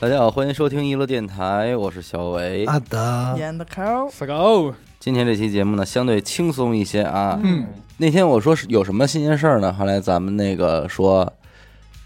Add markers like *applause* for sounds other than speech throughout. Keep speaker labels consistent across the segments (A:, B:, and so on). A: 大家好，欢迎收听娱乐电台，我是小维。
B: 阿
A: 啊
B: 达，
A: 哦
C: 演的抠，
D: 四个 O，
A: 今天这期节目呢，相对轻松一些啊。
D: 嗯，
A: 那天我说是有什么新鲜事儿呢？后来咱们那个说，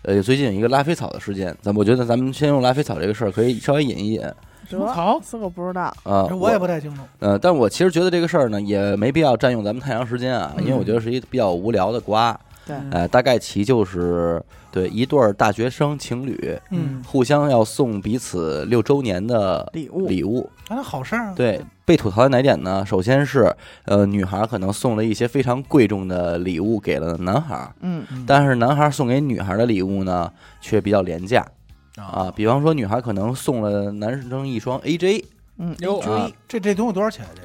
A: 呃，最近有一个拉菲草的事件，咱们我觉得咱们先用拉菲草这个事儿可以稍微引一引啊、
C: 什
D: 么草
C: 四个不知道，
B: 哎我也不太清楚。
A: 呃，但我其实觉得这个事儿呢，也没必要占用咱们太长时间啊，因为我觉得是一比较无聊的瓜。
C: 对
A: 呃，大概其就是对一对儿大学生情侣
B: 嗯，
A: 互相要送彼此六周年的
C: 礼物
A: 礼物。
B: 啊，那好事儿啊。
A: 对，被吐槽的哪点呢？首先是呃，女孩可能送了一些非常贵重的礼物给了男孩，
C: 嗯
B: 嗯
A: 但是男孩送给女孩的礼物呢，却比较廉价
B: 哎
A: 啊。比方说，女孩可能送了男生一双 AJ，
C: 嗯，
D: 哟
C: 注
A: 啊
C: 意
B: 这这东西多少钱啊？这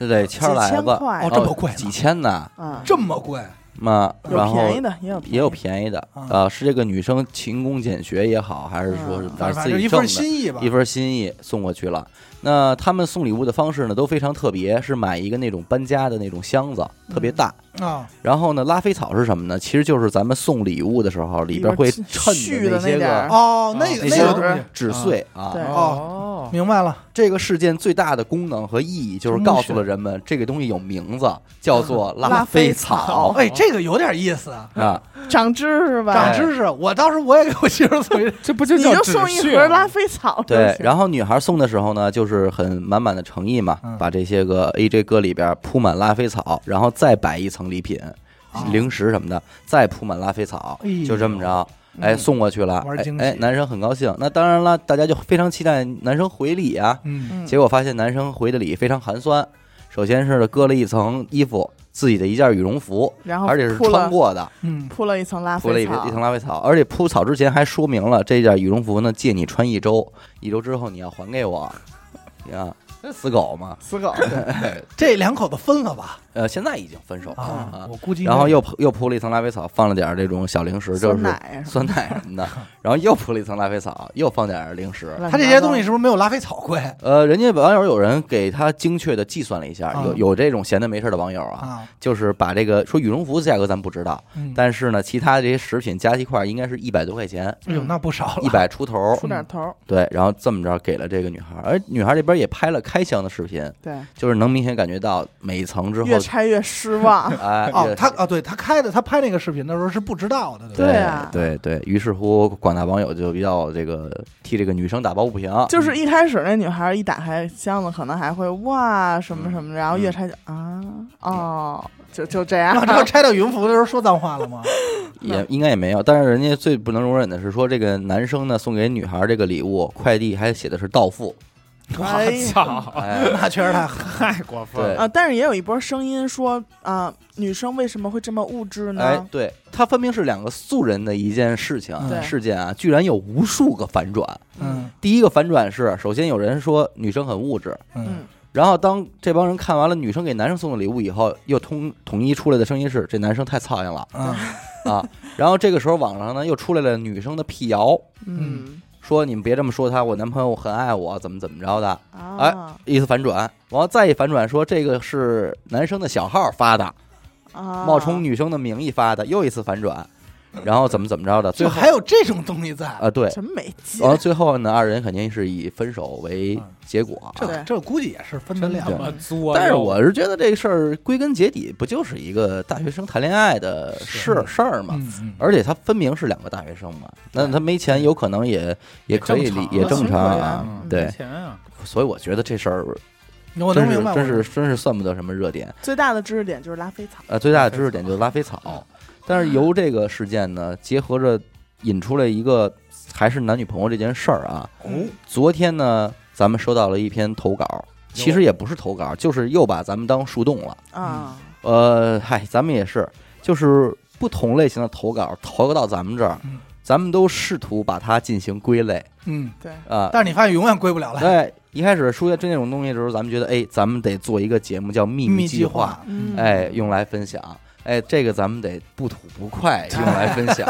A: 这得千儿来
C: 几千
A: 吧？
C: 块
B: 哦这么贵呢
A: 几千呢？
C: 啊，
B: 这么贵
A: 嘛，然
C: 有
A: 后
C: 便宜的也有
A: 也有便宜的
B: 啊
A: 啊，是这个女生勤工俭学也好，还是说是
C: 啊
A: 咱
B: 反
A: 自
B: 正
A: 己
B: 一
A: 挣
B: 份
A: 的。
B: 心意吧。
A: 一份心意送过去了。那他们送礼物的方式呢，都非常特别，是买一个那种搬家的那种箱子，特别大。
C: 嗯
B: 啊，
A: 然后呢，拉菲草是什么呢？其实就是咱们送礼物的时候，里边会
C: 里边
A: 衬
C: 絮
A: 着
C: 的
A: 些
C: 那点
A: 个
C: 儿
B: 哦，那个
A: 那
B: 那
A: 些
B: 个
A: 东
B: 东西，
A: 纸碎啊
C: 对。
D: 哦，
B: 明白了。
A: 这个事件最大的功能和意义就是告诉了人们，这个东西有名字，叫做
C: 嗯拉
A: 菲
C: 菲
A: 哦
C: 草
B: 哎，这个有点意思啊，
A: 啊。
C: 长知识吧，
B: 长知识。我当时我也给我媳妇送一，
D: 这不就
C: 你
D: 叫
C: 就
D: 纸
C: 送一
D: 屑
C: 盒
D: 吗
C: 拉菲草就
A: 啊对
C: 行，
A: 然后女孩送的时候呢，就是很满满的诚意嘛，
B: 嗯
A: 把这些个 AJ 歌里边铺满拉菲草，然后再摆一层礼品、零食什么的，再铺满拉菲草
B: 啊哎，呦嗯
A: 就这么着。哎，送过去了
B: 玩，
A: 哎
B: 惊喜
A: 哎，男生很高兴。那当然了，大家就非常期待男生回礼啊。
B: 嗯，
C: 嗯
A: 结果发现男生回的礼非常寒酸，首先是搁了一层衣服，自己的一件羽绒服，
C: 然
B: 哦
C: 后
A: 而且是
C: 铺
A: 穿
C: 了
A: 过的，
B: 嗯，
C: 铺了一层拉
A: 铺了一
C: 菲
A: 一
C: 草，
A: 层拉菲草，而且铺草之前还说明了这件羽绒服呢，借你穿一周，一周之后你要还给我，啊，死狗嘛，
C: 死狗，
B: 这两口子分了吧？
A: 呃，现在已经分手了
B: 啊，我估计。
A: 然后又铺又铺了一层拉菲草，放了点儿这种小零食，就
C: 酸
A: 是
C: 奶
A: 酸奶什么的，然后又铺了一层拉菲草，又放点儿零食。
C: 乱
B: 他
C: 七
B: 这
C: 八
B: 些
C: 糟
B: 东西是不是没有拉菲草贵
A: 呃，人家网友有人给他精确的计算了一下，
B: 啊
A: 有有这种闲的没事儿的网友啊，
B: 啊？
A: 就是把这个说羽绒服的价格咱不知道，
B: 嗯
A: 但是呢，其他的这些食品加一块儿应该是一百多块钱，
B: 哎呦，那不少了。
A: 一百出头儿，
C: 出点头儿，
A: 对，然后这么着给了这个女孩儿，而女孩儿这边也拍了开箱的视频，
C: 对，
A: 就是能明显感觉到每一层之后，
C: 越，拆越失望
A: *laughs* 哎，
B: 哦
A: 越，
B: 他啊，对他开的，他拍那个视频的时候是不知道的，对吧
A: 对 *laughs*
C: 对啊
A: 对对于是乎广大网友就比较这个替这个女生打抱不平，
C: 就是一开始那女孩一打开箱子，可能还会哇什
A: 嗯
C: 么什么，然后越拆就啊哦，就就这样
B: 然后，之
A: *laughs*
B: 后拆掉羽绒服的时候说脏话了吗？ *laughs*，
A: 也应该也没有，但是人家最不能容忍的是说这个男生呢送给女孩儿这个礼物快递还写的是到付，
D: *laughs*
C: 哎呀
D: 我操，
A: 哎
B: 那确实太狠
D: 太过分了，
C: 啊，但是也有一波声音说啊、女生为什么会这么物质呢？
A: 哎，对，它分明是两个素人的一件事情
B: 对
A: 事件啊，居然有无数个反转。
B: 嗯
A: 第一个反转是，首先有人说女生很物质，
B: 嗯，
A: 然后当这帮人看完了女生给男生送的礼物以后，又统统一出来的声音是这男生太操心了
B: 嗯
A: 啊。 *laughs* 然后这个时候网上呢又出来了女生的辟谣，
C: 嗯
A: 说你们别这么说他，我男朋友很爱我，怎么怎么着的，
C: 啊
A: 意思反转。完了再一反转说这个是男生的小号发的，
C: 啊，
A: 冒充女生的名义发的，又一次反转。然后怎么怎么着的，最
B: 就
A: 后
B: 哦还有这种东西在，
A: 啊，对，
C: 真没劲
A: 然，后最后呢，二人肯定是以分手为
B: 嗯
A: 结果啊。
B: 这
C: 对
B: 这估计也是分得
D: 真
B: 了
D: 他
B: 的。
D: 妈作，啊
A: 但是我是觉得这事儿归根结底不就是一个大学生谈恋爱的事事儿嘛？
B: 嗯
A: 而且他分明是两个大学生嘛，那他没钱有可能也也可以理也
D: 也
A: 正常
C: 正常啊
A: 啊
D: 嗯，
A: 对
D: 没，钱啊，
A: 所以我觉得这事儿
B: 我能
A: 真是
B: 明白，
A: 真是真是算不得什么热点。
C: 最大的知识点就是拉菲草，
A: 呃，最大的知识点就是拉菲草，但是由这个事件呢，结合着引出了一个还是男女朋友这件事儿啊。
C: 嗯
B: 哦，
A: 昨天呢，咱们收到了一篇投稿，其实也不是投稿，就是又把咱们当树洞了。
C: 啊，
A: 呃，嗨，咱们也是，就是不同类型的投稿投到咱们这儿
B: 嗯，
A: 咱们都试图把它进行归类
B: 嗯，
C: 对，
A: 啊。
B: 但是你发现永远归不了了。
A: 对，一开始出现这种东西的时候，咱们觉得，哎，咱们得做一个节目叫秘密
B: 密
A: 计
B: 计
A: 划，
B: 划，
C: 嗯，
A: 哎，用来分享。哎，这个咱们得不吐不
B: *laughs*
A: 快用来分享。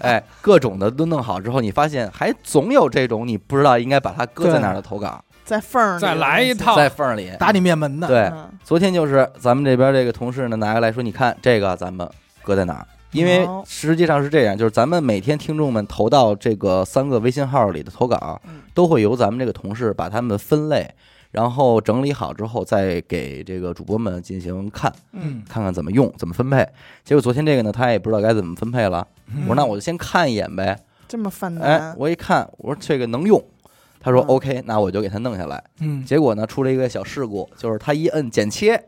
A: 哎，各种的都弄好之后，你发现还总有这种你不知道应该把它搁在哪儿的投稿，
C: 在缝儿里
D: 再来一套
A: 在缝儿里。
B: 打你面门的。
A: 对，
C: 嗯
A: 昨天就是咱们这边这个同事呢拿过来说，你看这个咱们搁在哪儿？因为
C: 好
A: 实际上是这样，就是咱们每天听众们投到这个三个微信号里的投稿
B: 嗯，
A: 都会由咱们这个同事把他们分类，然后整理好之后再给这个主播们进行看，
B: 嗯，
A: 看看怎么用，怎么分配。结果昨天这个呢，他也不知道该怎么分配了。
C: 嗯
A: 我说那我就先看一眼呗。
C: 这么犯
A: 哎
C: 难，，
A: 我一看，我说这个能用。他说
C: 嗯
A: OK，那我就给他弄下来。
B: 嗯，
A: 结果呢，出了一个小事故，就是他一摁剪切，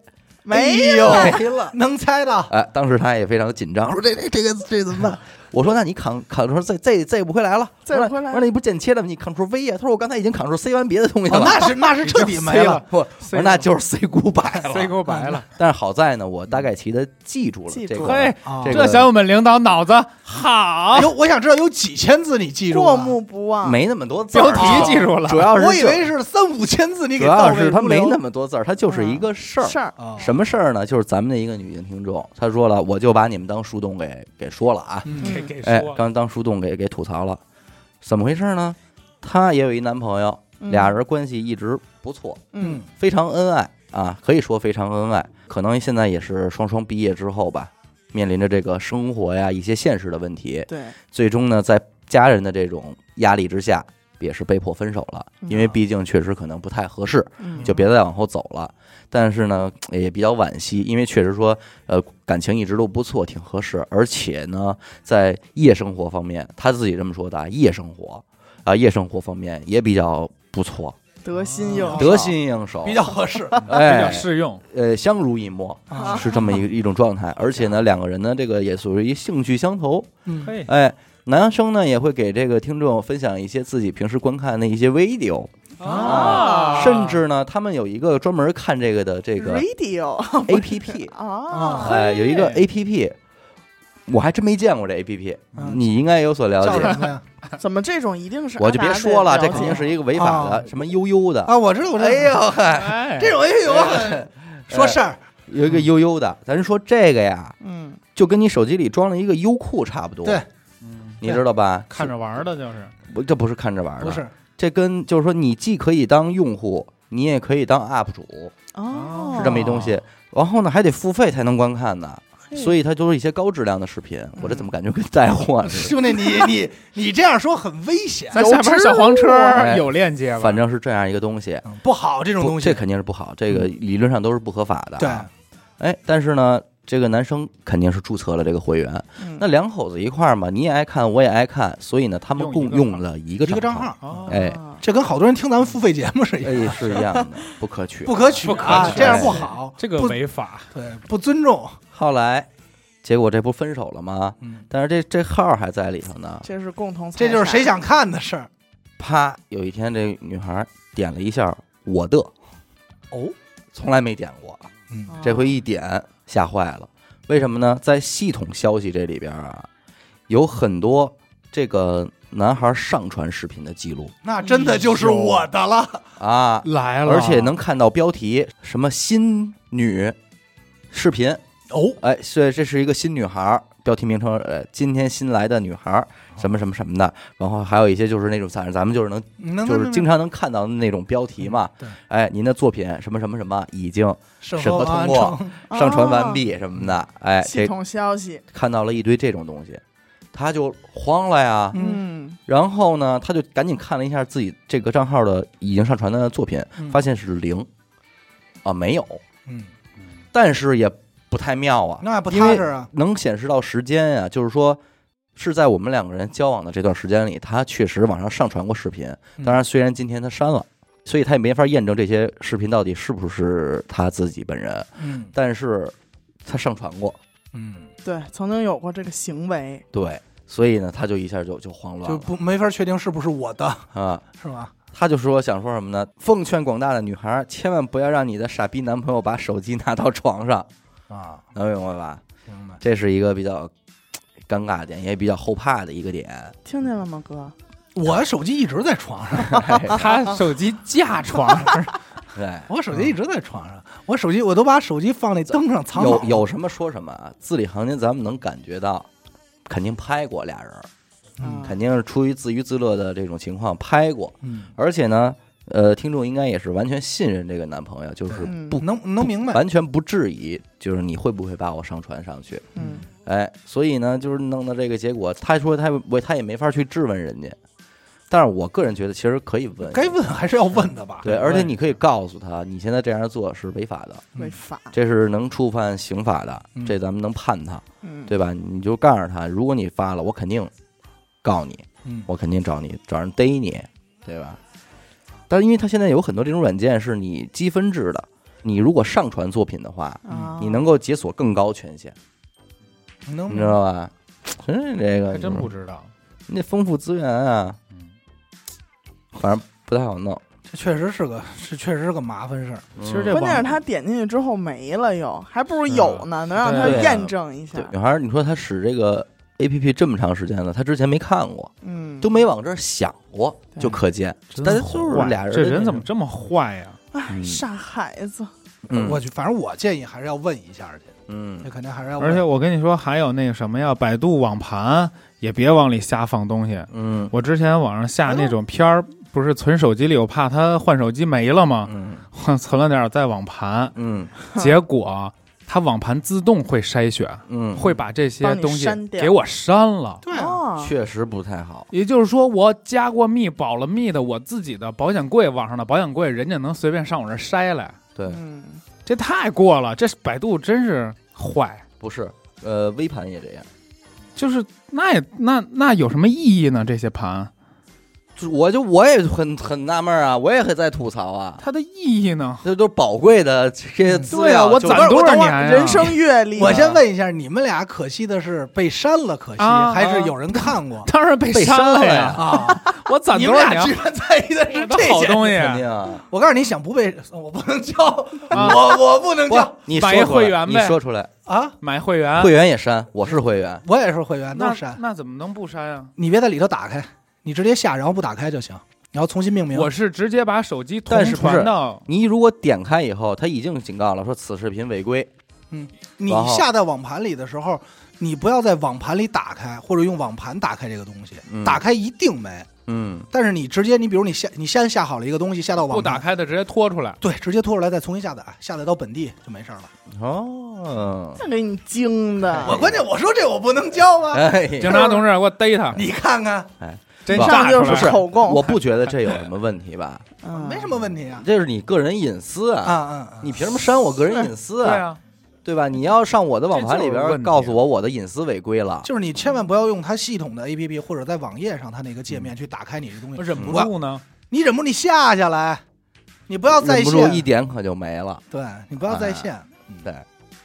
C: 没
B: 哎呦
C: 有，
A: 没了。
B: 能猜到，
A: 哎，当时他也非常紧张，说这这这个这怎么办？我说那你扛扛，说这这这不回来了，
C: 再不回
A: 我
C: 来
A: 说那你不剪切了吗？你 Ctrl V 呀、他说我刚才已经 Ctrl C 完别的东西了，
B: 哦
A: *laughs*
B: 那是那是彻底没了，
A: 不，我说那就是 C 古百了。
D: C 勾白了，
A: 但是好在呢，我大概其的记住了
C: 记
A: 这
C: 住
A: 个。
D: 嘿，
B: 啊
A: 这个哎
D: 这小我们领导脑子好，
B: 有我想知道有几千字你记住
C: 过
B: 了，
C: 目不忘，
A: 没那么多字
D: 标
A: 儿，啊
D: 题记住了，
A: 主要是
B: 我以为是三五千字你
A: 主
B: 给倒
A: 要
B: 背
A: 是他
B: 如流
A: 没那么多字儿，他就是一个事儿。
C: 事儿，
B: 啊
A: 什么事儿呢？就是咱们的一个女性听众，她说了，我就把你们当树洞给给说了啊，
D: 嗯
C: 嗯
D: 给给
A: 哎
D: 说，了，
A: 刚当树洞给给吐槽了，怎么回事呢？她也有一男朋友，
C: 嗯
A: 俩人关系一直不错，
C: 嗯，
A: 非常恩爱啊，可以说非常恩爱。可能现在也是双双毕业之后吧，面临着这个生活呀一些现实的问题，
C: 对，
A: 最终呢，在家人的这种压力之下，也是被迫分手了，因为毕竟确实可能不太合适。
C: 嗯
A: 就别再往后走了。但是呢，也比较惋惜，因为确实说，呃，感情一直都不错，挺合适。而且呢，在夜生活方面，他自己这么说的啊，夜生活啊、夜生活方面也比较不错，
C: 得心应手，
A: 得心应手，
B: 比较合
A: *laughs*
B: 适，
D: 比较
A: 哎，
D: 适用，
A: 呃，相濡以沫。
B: 啊
A: 是这么一
D: *laughs*
A: 个一种状态，而且呢，两个人呢，这个也属于兴趣相投，
B: 嗯
D: 嘿，
A: 哎，男生呢也会给这个听众分享一些自己平时观看的一些 video，
D: 啊
A: 甚至呢，他们有一个专门看这个的这个 *laughs*
C: radio
A: A P P，
C: 啊，
D: 嘿
A: 哎，有一个 A P P，我还真没见过这 A P P，
B: 嗯
A: 你应该有所了
B: 叫
A: 解。
B: 什么呀？
C: 怎么这种一定是
A: 我就别说了，这肯定
C: 是
A: 是一个违法的，
B: 啊
A: 什么悠悠的，
B: 啊，我知道，我知道，
A: 哎呦嗨，
D: 哎，
B: 这种也有啊，说事儿，
A: 有一个悠悠的，咱说这个呀，
C: 嗯
A: 就跟你手机里装了一个优酷差不多，
B: 对，
D: 嗯
A: 你知道吧？
D: 看着玩儿的就是，
A: 不，这不是看着玩儿
B: 不
A: 的，
B: 是
A: 这跟就是说你既可以当用户，你也可以当 UP 主，
C: 哦，
A: 是这么一东西。然后呢，还得付费才能观看呢，所
C: 以
A: 以它都是一些高质量的视频。我这怎么感觉跟带货似的？
B: *laughs* 兄弟，你你你这样说很危险，
D: 咱下边小黄车有链接吧？
A: 反正是这样一个东西。
B: 嗯不好这种
A: 不
B: 东西，嗯
A: 这肯定是不好，这个理论上都是不合法的。
B: 对，，
A: 哎，但是呢，这个男生肯定是注册了这个会员。
B: 嗯
C: 嗯
A: 那两口子一块儿嘛，你也爱看，我也爱看，所以呢，他们
D: 用一
A: 共
D: 个
A: 用了一个
B: 一个账
A: 号，
B: 号，
D: 哦
A: 哎
C: 啊
B: 这跟好多人听咱们付费节目是一样，
A: 哎，是一样的，不可取。
B: 不可取
D: 不可
B: 啊，
D: 取哎
B: 这样不好，
D: 这个
B: 不
D: 违法，
B: 对不尊重，
A: 后来，结果这不分手了吗？
B: 嗯，
A: 但是这这号还在里头呢。
C: 这是共同，
B: 这就是谁想看的事儿
A: 啪，有一天这女孩点了一下我的，
B: 哦，
A: 从来没点过，
B: 嗯
C: 啊
A: 这回一点吓坏了。为什么呢？在系统消息这里边啊，有很多这个男孩上传视频的记录
B: 那真
A: 哎
B: 的就是我的了，
A: 啊，
D: 来
A: 而且能看到标题，什么新女视频，
B: 哦，
A: 哎，所以这是一个新女孩儿，标题名称呃，今天新来的女孩儿，
B: 哦
A: 什么什么什么的，然后还有一些就是那种咱咱们就是能
B: 能
A: 就是经常能看到的那种标题嘛
B: 嗯嗯对，
A: 哎，您的作品什么什么什么已经
B: 审
A: 审核
B: 核
A: 通
B: 完
A: 过
B: 啊成，
A: 上传完
B: 哦
A: 毕什么的，哎，
C: 系
A: 这
C: 统消息，
A: 看到了一堆这种东西，他就慌了呀。
B: 嗯，
C: 嗯
A: 然后呢，他就赶紧看了一下自己这个账号的已经上传的作品，
B: 嗯
A: 发现是零啊，没有，
B: 嗯，
A: 但是也不太妙啊，
B: 那也不踏实啊，
A: 能显示到时间呀、就是说是在我们两个人交往的这段时间里，他确实往上上传过视频。
B: 嗯
A: 当然，虽然今天他删了，所以他也没法验证这些视频到底是不是他自己本人，
B: 嗯
A: 但是他上传过，
B: 嗯，
C: 对，曾经有过这个行为，
A: 对，所以呢，他就一下就就慌乱
B: 就
A: 了
B: 不没法确定是不是我的，
A: 啊。
B: 是吧？
A: 他就说想说什么呢？奉劝广大的女孩，千万不要让你的傻逼男朋友把手机拿到床上， *laughs*
B: 啊，
A: 能明白吧？
B: 明白，
A: 这是一个比较尴尬的点，也比较后怕的一个点。
C: 听见了吗，哥？
B: 我手机一直在床上，
D: 他手机架床上，
A: 对，
B: 我手机一直在床上，我手机我都把手机放那灯上藏好
A: 有
B: 了，
A: 有什么说什么啊，字里行间咱们能感觉到，肯定拍过俩人儿，
C: 嗯
A: 肯定是出于自娱自乐的这种情况拍过，
B: 嗯，
A: 而且呢，呃，听众应该也是完全信任这个男朋友，就是
C: 嗯
A: 不
B: 能能明白，
A: 完全不质疑，就是你会不会把我上传上去，
C: 嗯
A: 哎，所以呢，就是弄的这个结果，他说他我他也没法去质问人家，但是我个人觉得其实可以问，
B: 该问还是要问的吧？
A: 对，而且你可以告诉他，你现在这样做是违法的，
C: 违法，
A: 这是能触犯刑法的，
B: 嗯
A: 这咱们能判他，
C: 嗯，
A: 对吧？你就告诉他，如果你发了，我肯定告你，
B: 嗯
A: 我肯定找你找人逮你，对吧？但是因为他现在有很多这种软件是你积分制的，你如果上传作品的话，
C: 啊，
A: 你能够解锁更高权限，
B: 能
A: 你知道吧？真是这个，
D: 还真不知道。
A: 你得丰富资源啊，
D: 嗯，
A: 反正不太好弄。
B: 这确实是个是确实是个麻烦事儿。
D: 其实这
C: 关键是他点进去之后没了又，还不如有呢，能让他
A: 对啊
C: 验证一下
A: 对，。女孩儿，你说她使这个 A P P 这么长时间了，她之前没看过，
C: 嗯，
A: 都没往这儿想过，
C: 对
A: 就可见。
D: 真
A: 但是就是
D: 坏
A: 俩人，
D: 这人怎么？这么坏呀？
C: 哎
A: 嗯
C: 傻孩子，
A: 嗯，
B: 我去，反正我建议还是要问一下去，
A: 嗯
B: 这，肯定还是要问。
D: 而且我跟你说，还有那个什么呀，百度网盘也别往里瞎放东西。
A: 嗯
D: 我之前网上下那种片儿，不是存手机里，我怕他换手机没了吗？
A: 嗯
D: 我 *laughs* 存了点儿在
A: *laughs*
D: 网盘，
A: 嗯
D: 结果它网盘自动会筛选，
A: 嗯，
D: 会把这些
C: 帮你
D: 东西
C: 删掉
D: 给我删了。
B: 对啊，
C: 哦，
A: 确实不太好。
D: 也就是说，我加过密、保了密的我自己的保险柜，网上的保险柜，人家能随便上我这儿筛来，
A: 对，
C: 嗯，
D: 这太过了。这百度真是坏，
A: 不是，呃，V 盘也这样。
D: 就是那也那那有什么意义呢？这些盘
A: 就我就我也很很纳闷啊，我也很在吐槽啊，
D: 它的意义呢？
A: 这都是宝贵的这些资
D: 对啊，
A: 料，
D: 我
A: 就
D: 攒多少年
A: 啊
D: 呀、
C: 人生阅历，啊
B: 我先问一下，你们俩可惜的是被删了，可惜
D: 啊
B: 还是有人看
A: *laughs*
B: 过
D: 当然被
A: 被删
D: 了
A: 了
D: 呀！
A: 呀
D: *laughs*
B: 啊？
D: 我攒
B: 你
D: 多
B: 们
D: 少
B: 俩居
D: 年
B: 然在意的
D: *laughs*
B: 是
D: 的
B: 这
D: 好
B: 些。
D: 东西？
A: 肯定啊。
B: 我告诉你，想不被我不能交，我我不能
A: 不
B: 交，
A: 你
D: 啊买
A: 说
D: 一
A: 出
D: 会
A: 来
D: 员
A: 你
D: 呗
A: 说出来，
B: 啊！
D: 买会员，
A: 会员也删，我是会员。
B: 我也是会员，
D: 那
B: 都删。
D: 那怎么能不删啊？
B: 你别在里头打开，你直接下，然后不打开就行。你要重新命名。
D: 我是直接把手机同
A: 但是不是
D: 传到
A: 你如果点开以后，他已经警告了，说此视频违规。
B: 你
A: 然后
B: 下在网盘里的时候，你不要在网盘里打开，或者用网盘打开这个东西。
A: 嗯
B: 打开一定没，
A: 嗯，
B: 但是你直接，你比如你下，你先下好了一个东西，下到网
D: 不
B: 盘
D: 打，开的直接拖出来。
B: 对，直接拖出来再重新下载，下载到本地就没事儿了。
A: 哦，
C: 这给你惊的，
B: 我关键我说这我不能交啊，
A: 哎，
D: 警察同志，给我逮他！
B: 你看看
D: 真
A: 网
D: 炸
C: 上
D: 出
C: 就
D: 来
C: 是口供，
A: 我不觉得这有什么问题吧？
B: *laughs*
C: 嗯
B: 没什么问题啊。
A: 这是你个人隐私
B: 啊
A: 啊，
B: 啊，
A: 你凭什么删我个人隐私
D: 对？啊，
A: 对吧？你要上我的网盘里
D: 这就是问
A: 边
D: 题
A: 告诉我我的隐私违规了，
B: 就是你千万不要用它系统的 APP 或者在网页上它那个界面去打开你这东
D: 我
B: 西，
D: 忍不
B: 我
D: 住呢。
B: 你忍不住你下下来，你不要在
A: 忍不住一哎
B: 线，
A: 点可就没了。
B: 对你不要在线。
A: 对，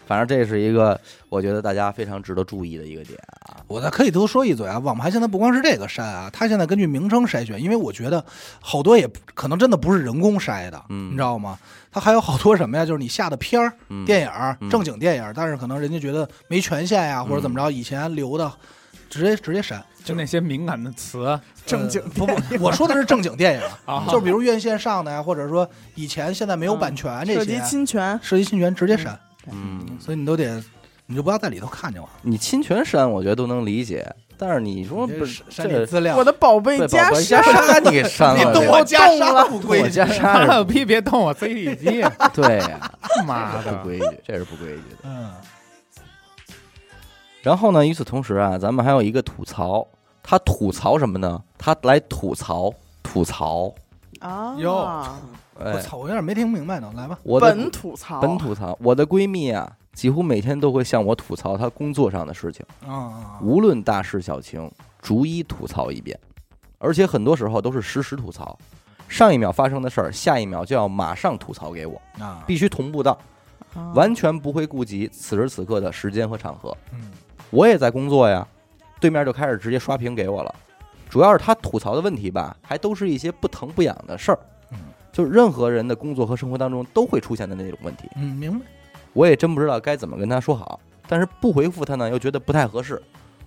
A: 反正这是一个我觉得大家非常值得注意的一个点。
B: 我再可以多说一嘴啊，网盘现在不光是这个筛啊，它现在根据名称筛选，因为我觉得好多也不可能真的不是人工筛的，
A: 嗯
B: 你知道吗？它还有好多什么呀，就是你下的片儿、
A: 嗯，
B: 电影儿、
A: 嗯
B: 正经电影儿，但是可能人家觉得没权限呀，或者怎么着，以前留的直接直接删，
D: 就那些敏感的词
C: 正经
B: 呃不不，我说的是正经电影儿，
D: 啊，
B: 就是比如院线上的呀，或者说以前现在没有
D: 嗯
B: 版权这
A: 啊
C: 涉
B: 些
C: 及，侵权，
B: 涉及侵权直接删，
A: 嗯，
B: 所以你都得，你就不要在里头看啊就完了，
A: 你侵权删我觉得都能理解，但是你说
B: 你
A: 不
B: 这
A: 是
B: 删你
A: 这
B: 资料啊
C: 我。的宝贝
A: 对
C: 袈
A: 宝宝
C: 裟
A: 袈，裟你给删了，
B: 你动我袈裟
A: 动
B: 不
A: 我
B: 规矩
A: 袈
D: *laughs* 妈
A: 裟
D: 了
A: 是
D: 逼，别动我 CD 机，啊
A: 对呀，
D: 妈的
A: 不！ *laughs* 规矩，这是不规矩的。
B: 嗯，
A: 然后呢，与此同时啊，咱们还有一个吐槽，他吐槽什么呢？他来吐槽吐槽，
C: 啊，
B: 哟我
A: 哎，
B: 操，我有点没听明白呢，来吧。
A: 我的
C: 本吐槽，
A: 本吐槽，我的闺蜜啊，几乎每天都会向我吐槽她工作上的事情，
B: 啊，
A: 无论大事小情，逐一吐槽一遍，而且很多时候都是实时吐槽。上一秒发生的事儿，下一秒就要马上吐槽给我，
B: 啊，
A: 必须同步到，
C: 啊
A: 完全不会顾及此时此刻的时间和场合。
B: 嗯，
A: 我也在工作呀，对面就开始直接刷屏给我了。主要是他吐槽的问题吧，还都是一些不疼不痒的事儿
B: 嗯，
A: 就任何人的工作和生活当中都会出现的那种问题。
B: 嗯，明白。
A: 我也真不知道该怎么跟他说好，但是不回复他呢，又觉得不太合适，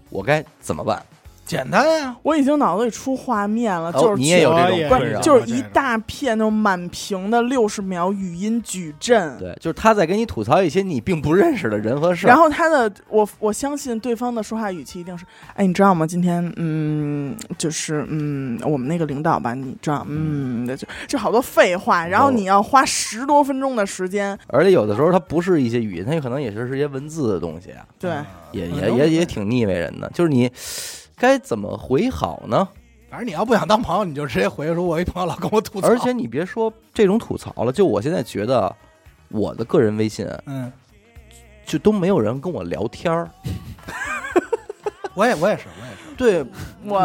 A: 我该怎么办？
B: 简单啊，
C: 我已经脑子里出画面了，啊就
A: 哦
C: 是
A: 你也有这
D: 我
A: 种
D: 也
A: 困扰，
C: 就是一大片那种满屏的六十秒语音矩阵，
A: 对，就是他在给你吐槽一些你并不认识的人和事儿。
C: 然后他的我我相信对方的说话语气一定是，哎，你知道吗？今天嗯，就是嗯，我们那个领导吧，你知道，嗯，就就好多废话，然后你要花十多分钟的时间，
A: 而且有的时候它不是一些语音，它有可能也是是一些文字的东西啊，
C: 对，
A: 也
B: 嗯
A: 也也也挺腻歪人的。就是你该怎么回好呢？
B: 反正你要不想当朋友，你就直接回说，我一朋友老跟我吐槽，
A: 而且你别说这种吐槽了，就我现在觉得我的个人微信啊
B: 嗯，
A: 就都没有人跟我聊天儿。
B: 我也我也是我也是，
A: 对，
C: 我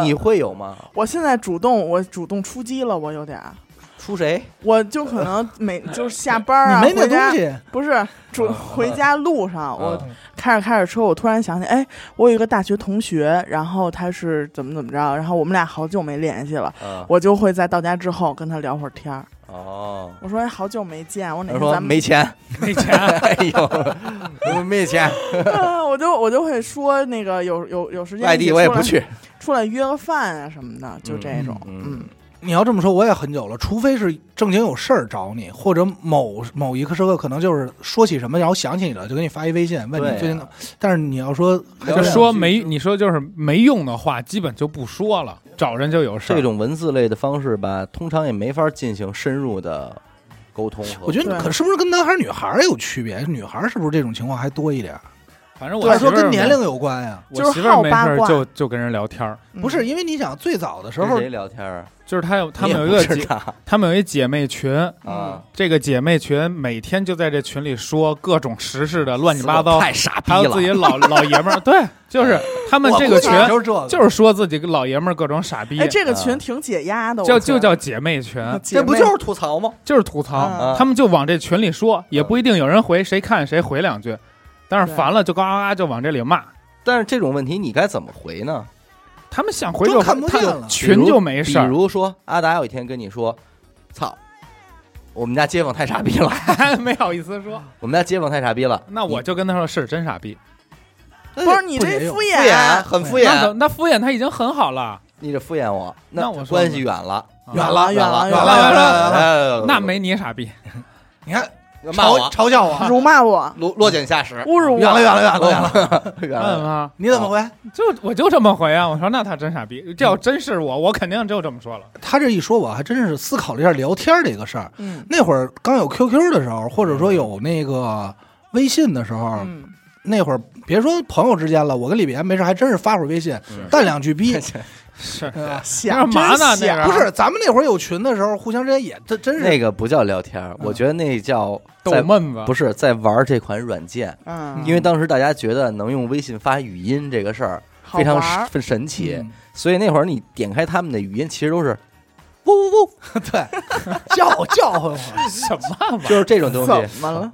A: *laughs* 你会有吗？
C: 我现在主动我主动出击了，我有点儿。
A: 出谁？
C: 我就可能每就是下班儿啊，
B: 你没那
C: 回家
B: 东西，
C: 不是主
A: 啊
C: 回家路上，我
A: 嗯
C: 开着开着车，我突然想起，哎，我有一个大学同学，然后他是怎么怎么着，然后我们俩好久没联系了，
A: 啊
C: 我就会在到家之后跟他聊会儿天儿。
A: 哦，
C: 我说，哎，好久没见，我哪
A: 他
C: 天
A: 说
C: 咱们
A: 没钱，
D: 没钱，
A: 哎呦，没钱，
C: 啊 *laughs* 我就我就会说那个有有有时间
A: 外
C: 一
A: 地
C: 起
A: 我也
C: 出来
A: 不，去。
C: 出来约个饭啊什么的，就这种，嗯，
B: 你要这么说，我也很久了，除非是正经有事儿找你，或者某某一个时刻可能就是说起什么，然后想起你了，就给你发一微信问
A: 对
B: 你
A: 啊
B: 最近。但是你要说还
A: 要
D: 就
B: 真
D: 说没，你说就是没用的话，基本就不说了，找人就有事儿
A: 这种文字类的方式吧，通常也没法进行深入的沟通和。
B: 我觉得
C: 对
B: 可是不是跟男孩儿女孩儿有区别？女孩儿是不是这种情况还多一点？
D: 反正
B: 还
D: 我
B: 是说
D: 媳妇儿
B: 跟年
D: 没
B: 龄，有关呀？
D: 我媳妇儿没事儿就就跟人聊天儿，
C: 嗯
B: 不是，因为你想最早的时
A: 跟
B: 候
A: 谁聊天儿？
D: 就是她有她们有
A: 你
D: 一个
A: 也不知
D: 姐，
A: 道
D: 她们有一姐妹群，
A: 啊，
D: 这个姐妹群每天就在这群里说各种时事的乱七八糟，
A: 太傻逼
D: 还有自己
A: 了。 *laughs*
D: 老老爷们儿，对，就是他们
B: 我
D: 这个
B: 估计
D: 群
B: 就是这个，
D: 就是说自己跟老爷们儿各种傻逼
C: 哎，，这个群
A: 啊
C: 挺解压的，
D: 叫
C: 我觉
D: 就
C: 得
D: 叫姐
A: *laughs*
D: 妹群，
A: 这不
C: 姐
A: 就
C: 妹
A: 是吐槽吗？
D: 嗯就是吐槽，
C: 啊
A: 啊
D: 他们就往这群里说，也不一定有人回，谁看谁回两句，但是
C: 对
D: 烦了就嘎嘎嘎就往这里骂，
A: 但是这种问题你该怎么回呢？
D: 他们想回就
B: 都看不
D: 回，
B: 见
D: 他
B: 了
A: 比
D: 群
A: 如
D: 就没
A: 比
D: 事儿，
A: 如说，阿达有一天跟你说：“操，我们家街坊太傻逼了，
D: *laughs* 没好意思说，
A: 我们家街坊太傻逼了。”
D: 那我就跟他说是真傻逼，
C: 哎不是你
B: 不
C: 这
B: 也有
C: 敷
A: 敷衍，很敷
D: 啊那怎
A: 衍，
D: 那敷衍他已经很好了，
A: 你这敷衍我，
D: 那我说
A: 关系远了，
D: 啊
B: 远了
C: 远了
A: 了，
C: 远
B: 了
A: 了
B: 远了
A: 了
D: 那没你傻逼，
B: 你看
A: 骂
B: 嘲
A: 我，
B: 嘲笑我，啊
C: 辱骂我，
A: *laughs* 落落井下
D: 呃
A: 石，
C: 侮辱我，
B: 远了远了远了远了，
A: 了，远
D: 嗯
A: 了。
D: 啊，
B: 哦你怎么回？
D: 就我就这么回啊，我说那他真傻逼，这要真是我，我肯定就这么说了，
B: 他这一说，我还真是思考了一下聊天这个事儿。
C: 嗯
B: 那会儿刚有 QQ 的时候，或者说有那个微信的时候，
C: 嗯，
B: 那会儿别说朋友之间了，我跟李岩没事还真是发啊会儿微信
A: 嗯，
B: 淡两句 *laughs* 逼。
D: 是
B: 对吧
C: 想
D: 干嘛呢
C: 真想
D: 那个
B: 不是，咱们那会儿有群的时候，互相之间也真真是嗯
A: 那个不叫聊天儿，我觉得那叫
D: 嗯逗
A: 在
D: 闷啊子，
A: 不是在玩这款软件，
C: 嗯，
A: 因为当时大家觉得能用微信发语音这个事儿
C: 好
A: 非常
C: 玩儿，
A: 神神奇，
B: 嗯
A: 所以那会儿你点开他们的语音，其实都是呜呜呜，
B: *laughs* 对叫叫唤我，
D: 什么玩意
A: 就是这种东西，
C: 怎么了？
B: 啊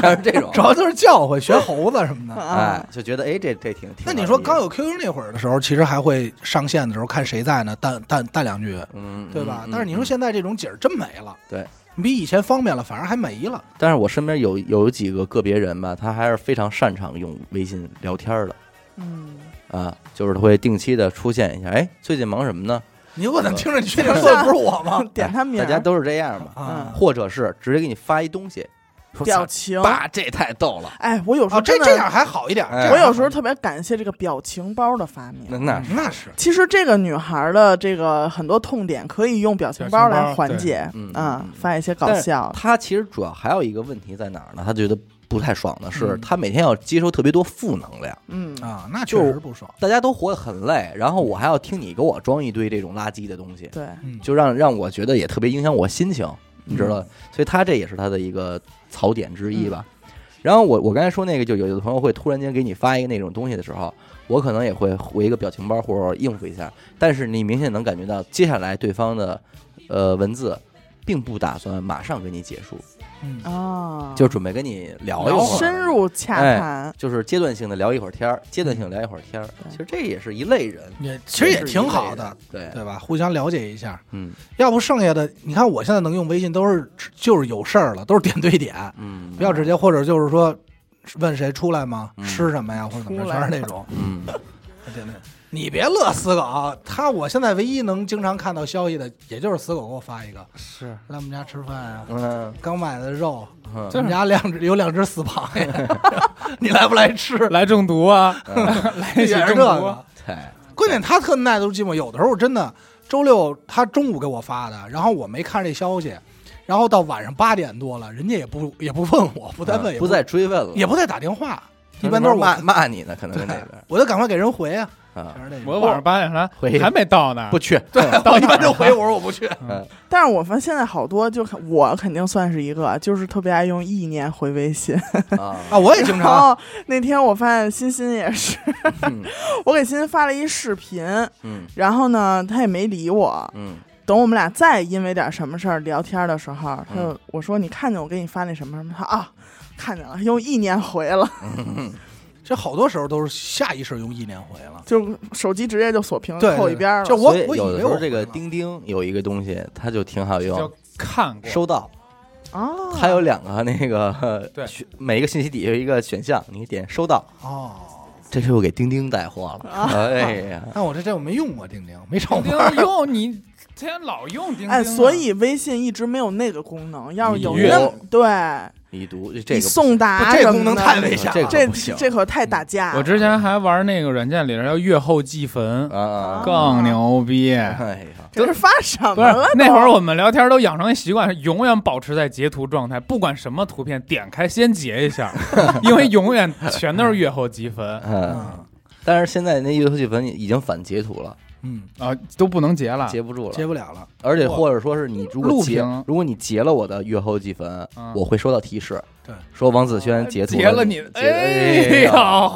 A: 全是
B: *laughs*
A: 这种
B: 主，要就是叫唤，学猴子什
C: *laughs*
B: 么的。
A: 哎
C: 啊，，
A: 就觉得哎，这这挺挺。
B: 那你说刚，有 QQ 那会儿的时候，其实还会上线的时候看谁在呢，淡淡淡两句，
A: 嗯，
B: 对吧？
A: 嗯
B: 但是你说，现在这种景儿真没了，
A: 对，
B: 比以前方便了，反而还没了
A: 嗯。但是我身边有有几个个别人吧，他还是非常擅长用微信聊天儿的
C: 嗯，
A: 啊，就是他会定期的出现一下，哎，最近忙什么呢？
B: 你我怎么听着你这说的不是我吗？
C: *laughs* 点他名
A: 哎大
C: 儿，
A: 家都是这样嘛，
B: 啊
A: 或者是直接给你发一东西，说
C: 表
A: 操
C: 情。
A: 爸 *laughs* 这太逗了，
C: 哎，我有时
B: 哦，
C: 候
B: 这
C: 真
B: 这
C: 的，
B: 样还好一点。
A: 哎
B: 这样
C: 我
B: 还好
C: 有时候特别感谢这个表情包的发
A: 那
C: 明。
A: 那是
B: 那是
C: 其实这个女孩的这个很多痛点可以用表情包来缓解
A: 表，情包对嗯
C: 啊
A: 嗯嗯，
C: 发一些搞笑，
A: 他其实主要还有一个问题在哪儿呢？他觉得不太爽的是，
B: 嗯
A: 他每天要接收特别多负能量，
C: 嗯，
B: 啊，那确实不爽。
A: 大家都活得很累，然后我还要听你给我装一堆这种垃圾的东西，
C: 对，
B: 嗯，
A: 就让让我觉得也特别影响我心情，你知
C: 嗯
A: 道？所以他这也是他的一个槽点之一吧。
C: 嗯
A: 然后我我刚才说那个，就有的朋友会突然间给你发一个那种东西的时候，我可能也会回一个表情包或者应付一下，但是你明显能感觉到接下来对方的呃文字并不打算马上跟你结束，
B: 嗯
C: 啊，
A: *laughs* 就准备跟你聊一会儿，
C: 哦
A: 哎
C: 深入洽谈，
A: 就是阶段性的聊一会儿天儿，阶段性地聊一会儿天儿。
C: 对
A: 其实这也是一类人，
B: 也其实也挺好的，
A: 也是一类人。对，
B: 对吧？互相了解一下，
A: 嗯
B: 要不剩下的，你看我现在能用微信都是就是有事儿了，都是点对点，
A: 嗯，
B: 不要直接或者就是说问谁出来吗？
A: 嗯
B: 吃什么呀，或者怎么着，
C: 出
B: 全
C: 来
B: 是那种
A: 嗯，
B: 点对。你别乐死狗，他我现在唯一能经常看到消息的，也就是死狗给我发一个
D: 是，
B: 来我们家吃饭啊，
A: 嗯，
B: 刚买的肉，
A: 嗯
B: 我们家两只有两只死螃蟹， *laughs* 你来不来吃？
D: 来中毒啊， *laughs* 来
B: 也
D: 一起
B: 是这
D: 中毒啊
B: 个，，
A: 对，
B: 关键他特耐得住寂寞，有的时候真的周六他中午给我发的，然后我没看这消息，然后到晚上八点多了，人家也不也不问我，不再问，也
A: 嗯不再追问了，
B: 也不再打电话，
A: 他
B: 一
A: 们
B: 般都是
A: 骂
B: 我，
A: 骂你呢，可能
B: 对
A: 是那边
B: 我就赶快给人回啊，
A: 啊，
B: 全是那
D: 我
B: 种。
D: 晚上八点来
A: 回
D: 还没到呢，
A: 不 *laughs* 去，
B: 对， *laughs* 我一般就回我说我不去，
C: 但是我发现现在好多就我肯定算是一个，就是特别爱用意念回微信。
B: 啊，
A: 啊，
B: 我也经
C: 然 *laughs*
B: 常，
C: 后那天我发现欣欣也是，
A: 嗯
C: *laughs* 我给欣欣发了一视频，
A: 嗯
C: 然后呢，她也没理我。
A: 嗯
C: 等我们俩再因为点什么事儿聊天的时候，她就我说你看见我给你发那什么什么？她啊，看见了，用意念回了，
B: 这好多时候都是下意识用意念回了。
C: 就手机直接就锁屏
B: 对，
C: 扣一边儿
B: 就
C: 了。
B: 我
A: 所以
B: 我以
A: 有的
B: 为
A: 时候
B: 我
A: 这个
B: 回了
A: 钉钉有一个东西，它就挺好用
D: 就，看过，
A: 收到，
C: 啊，
A: 它有两个那个，
D: 对
A: 选每一个信息底下有一个选项，你点收到，
B: 哦，
A: 这就给钉钉带货了，
B: 啊
A: 哎呀，
B: 但我这这我没用过钉钉，没上班
D: 钉钉用你天天老用钉钉啊，
C: 哎，所以微信一直没有那个功能，要是有
A: 你约
C: 那对，
A: 你读这
C: 你
A: 个不
C: 送达
B: 不这
C: 什么
B: 功能
C: 的
B: 太危险了
A: 这个
C: 这
A: 不行
C: 这可太打
B: 啊
C: 架了。
D: 我之前还玩那个软件里边要月后祭坟，
A: 啊啊，啊
D: 更牛逼。
A: 哎呀，
C: 这是发什么
D: 不是
C: 了都？
D: 啊那会儿我们聊天都养成一习惯，永远保持在截图状态，不管什么图片，点开先截一下， *laughs* 因为永远全都是月后积分
A: 嗯，但是现在那游戏本已经反截图了，
B: 嗯，
D: 啊，都不能截了。
A: 截不住了
B: 接，不了了。
A: 而且或者说是你如果
D: 录
A: 截
D: 屏，
A: 如果你截了我的月后积分
D: 嗯，
A: 我会收到提示，
B: 对，
A: 说王子轩截图
D: 截了你，
A: 截
D: 哎呦，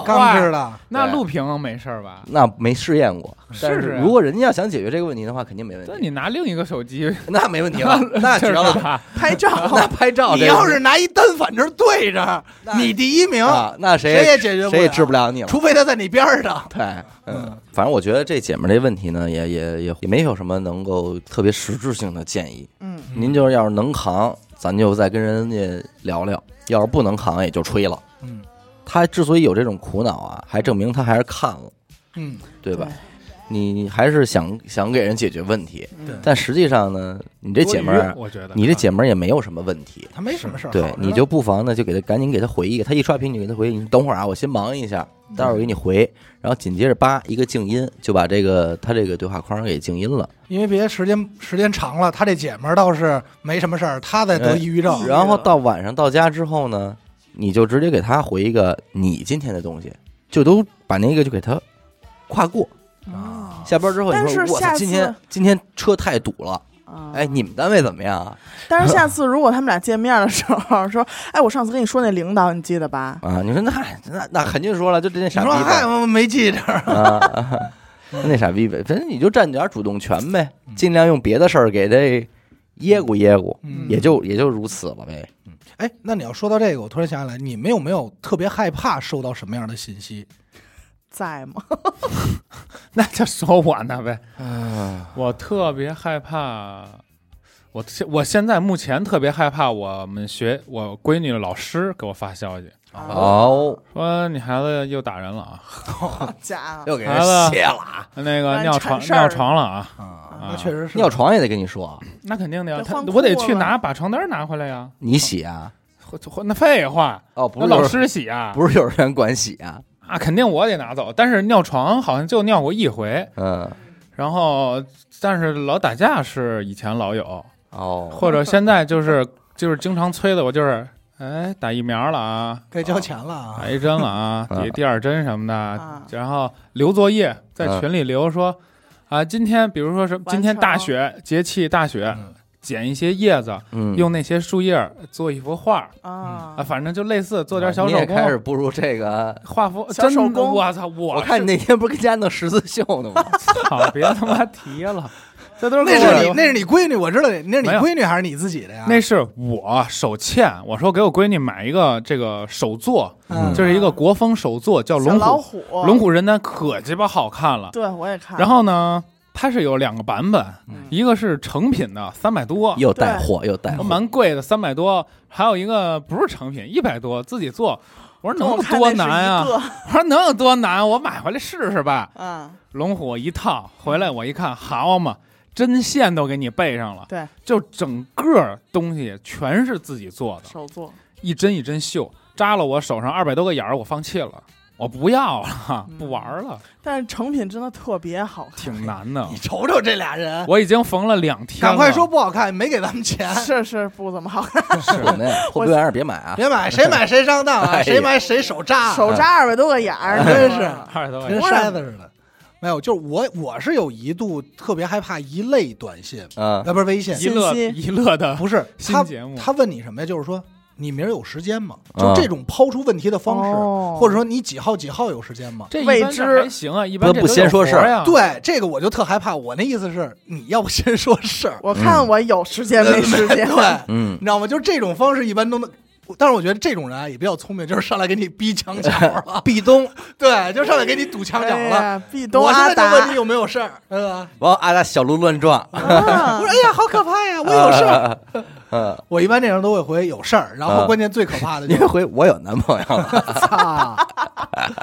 B: 刚
D: 坏
B: 知道，
D: 那
A: 对
D: 录屏没事儿吧？
A: 那没试验过，
D: 是
A: 但
D: 啊
A: 如果人家要想解决这个问题的话，肯定没问
D: 那
A: 题，
D: 你拿另一个手机，
A: *laughs* 那没问题了，那绝
D: 就是
A: 了，
D: 吧？
C: 拍照，
A: *laughs* 嗯那拍照
B: 你
A: 这个
B: 要是拿一单反这对着，你第一名，
A: 啊，那谁
B: 谁也解决不了
A: 谁也治不了你了。
B: 除非他在你边儿上。
A: 对，嗯
B: 嗯，
A: 反正我觉得这姐们儿这问题呢，也也也也没有什么能够特别实质性的建议。
C: 嗯，
D: 嗯
A: 您就是要是能扛，咱就再跟人家聊聊；要是不能扛，也就吹了。
B: 嗯
A: 他之所以有这种苦恼啊，还证明他还是看了，
B: 嗯，
A: 对吧？你你还是想想给人解决问题，
B: 对，
A: 但实际上呢，你这姐们
D: 多
A: 儿
D: 余，我觉得
A: 你这姐们儿也没有什么问题。
B: 他没什么事儿。
A: 对
B: 好，着呢
A: 你就不妨呢，就给他赶紧给他回一个，他一刷屏你就给他回一个，你等会儿啊，我先忙一下，待会儿我给你回，然后紧接着叭一个静音，就把这个他这个对话框给静音了，
B: 因为别时间时间长了，他这姐们儿倒是没什么事儿，她在得抑郁症
C: 哎。
A: 然后到晚上到家之后呢，你就直接给他回一个你今天的东西，就都把那个就给他跨过。
C: 啊
A: 下班之后你
C: 但
A: 说
C: 是
A: 我
C: 下
A: 操，
C: 次
A: 今天今天车太堵了，
C: 啊
A: 哎，你们单位怎么样啊？
C: 但是下次如果他们俩见面的时候说，哎，我上次跟你说那领导，你记得吧？
A: 啊，你说那那那肯定说了，就这那
B: 你
A: 傻逼
B: 说嗨，
A: 呗
B: 我没记着，
A: 啊，啊那傻逼呗，反正你就占点主动权呗，尽量用别的事儿给这噎咕噎咕，
B: 嗯
A: 也就也就如此了呗。
B: 哎，那你要说到这个，我突然想起来，你们有没有特别害怕收到什么样的信息？
C: 在吗？
D: *laughs* 那就说我呢呗。
A: 啊，
D: 我特别害怕，我现我现在目前特别害怕我们学我闺女的老师给我发消息
C: 啊
A: 哦，
D: 说你孩子又打人了啊，
C: 好家伙，
A: 又给
D: 人卸
A: 了啊，
D: 那个
C: 哎
D: 尿
C: 铲
D: 床
C: 事儿
D: 尿床了啊，
B: 啊，
D: 啊
B: 那确实是
A: 尿床也得跟你说，
D: 那肯定的呀
C: 得，
D: 他
C: 换
D: 我得
C: 裤子
D: 去
C: 了
D: 拿把床单拿回来呀。
A: 你洗啊？
D: 或或那废话，
A: 哦，不
D: 那
A: 是
D: 老
A: 幼儿
D: 师洗啊，
A: 不是幼儿园管洗啊？
D: 啊，肯定我得拿走。但是尿床好像就尿过一回，
A: 嗯，
D: 然后但是老打架是以前老
C: *laughs*
D: 有，
A: 哦，
D: 或者现在就是就是经常催的我就是，哎，打疫苗了啊，
B: 该交钱了啊
D: 打。一针了啊，
A: *laughs* 啊
D: 第第二针什么
C: 啊
D: 的，然后留作业，在
A: 嗯
D: 群里留说啊，今天比如说什么，今天
C: 完成
D: 大雪节气大雪，
B: 嗯
D: 捡一些叶子，
A: 嗯，
D: 用那些树叶做一幅画
C: 啊
D: 啊，反正就类似做点小
A: 你也
D: 手
A: 开始
D: 工，
A: 步入这个。
D: 画幅
C: 小手
D: 真的
C: 工
D: 我操，我
A: 我看你
D: 你
A: 那天不是跟家弄十字绣呢吗？
D: *laughs* 操，别他妈提了，这都是
B: 那
D: 给我
B: 是你
D: 留
B: 那啊是你闺女，我知道你那是你
D: 没有
B: 闺女还是你自己的呀？
D: 那是我手欠，我说给我闺女买一个这个手作，
B: 嗯
D: 就是一个国风手作，叫
C: 小
D: 龙
C: 老
D: 虎
C: 虎，
D: 龙，虎人丹，可鸡巴好看了。
C: 对啊我也看。
D: 然后呢，它是有两个版本，
C: 嗯
D: 一个是成品的三百多，
A: *laughs* 又
C: 哎
A: 带货又带货，
D: 蛮贵的三百多，还有一个不是成品一百多，自己做。我说
C: 跟
D: 能
C: 我
D: 有
C: 看
D: 多
C: 那是
D: 难啊
C: 一？个
D: *laughs* 我说能有多难？我买回来试试吧。
C: 啊，
D: 龙虎一套回来，我一看，好嘛，针线都给你备上了，
C: 对，
D: 就整个东西全是自己做的，
C: 手做，
D: 一针一针绣，扎了我手上二百多个眼儿，我放弃了，我不要了，
C: 嗯
D: 不玩了，
C: 但是成品真的特别好看。
D: *laughs* 挺难的
C: 哎
B: 你。瞅瞅这俩人，
D: 嗯我已经缝了两天了，
B: 赶快说不好看，没给咱们钱，
C: 是是不怎么好看，
A: 我们呀， *laughs* 货不对别买啊！
B: 别买，谁买谁上当
A: 哎
B: 啊，
A: 呀
B: 谁买谁手扎，
C: 手扎二百多个眼儿，
B: 真
C: 是
B: 是
D: *laughs* 二十多块
B: 跟
D: 钱。
B: 筛子似的。没有，就是我我是有一度特别害怕一类短信，
A: 嗯，
B: 啊，不是微信，
D: 一乐
C: 信息
D: 一乐的
B: 不是
D: 新
B: 他
D: 节目啊
B: 他问你什么呀？就是说你明儿有时间吗？就
A: 嗯
B: 这种抛出问题的方式，
C: 哦
B: 或者说你几号几号有时间吗？
D: 这一
C: 未
D: 般
C: 知
D: 这还行啊，一般
A: 不
D: 这
A: 不
D: 都
A: 先
D: 有
A: 说
D: 活
A: 事儿
D: 呀，
B: 对这个我就特害怕，我那意思是你要不先说事儿，
C: 我看我有时间 *laughs* 没时间，
B: *laughs* 对，
A: 嗯，
B: 你知道吗？就是这种方式一般都能。但是我觉得这种人啊也比较聪明，就是上来给你逼墙角了，
C: *laughs*
B: 壁咚， *laughs* 对，就上来给你堵墙角
C: 哎
B: 了。
C: 呀，壁咚
B: 我现
C: 阿
B: 在就问
C: 达
B: 你，有没有事儿，对吧？
A: 完阿达小鹿乱撞，
B: 我
C: 啊
B: 说哎呀，好可怕呀，我有事儿。
A: 儿。嗯，
B: 我一般这样都会回有事儿，然后
A: 啊
B: 关键最可怕的就
A: 您
C: *laughs*
B: 是
A: 回我有男朋友了，
B: 操，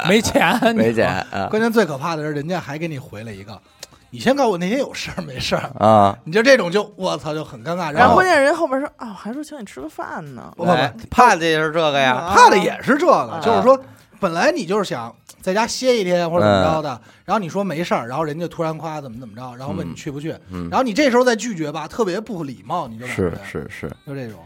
D: 没钱，
A: *laughs* 梅
D: *laughs* 你
A: 姐啊
B: 关键最可怕的是人家还给你回了一个，你先告诉我那天有事儿没事儿，
A: 啊，
B: 你就这种就我操就很尴尬。
C: 然
B: 然
C: 后
B: 后
C: 关键人后边说啊，我还说请你吃个饭呢，
B: 不不
A: 哎怕的就是这个呀，
C: 啊
B: 怕的也是这
A: 啊
B: 个，就是说本来你就是想在家歇一天或者怎么着的，然后你说没事儿，然后人家突然夸怎么怎么着，然后问你
A: 嗯
B: 去不去，
A: 嗯
B: 然，后你这时候再拒绝吧，特别不礼貌，你就感觉
A: 是是是，
B: 就这种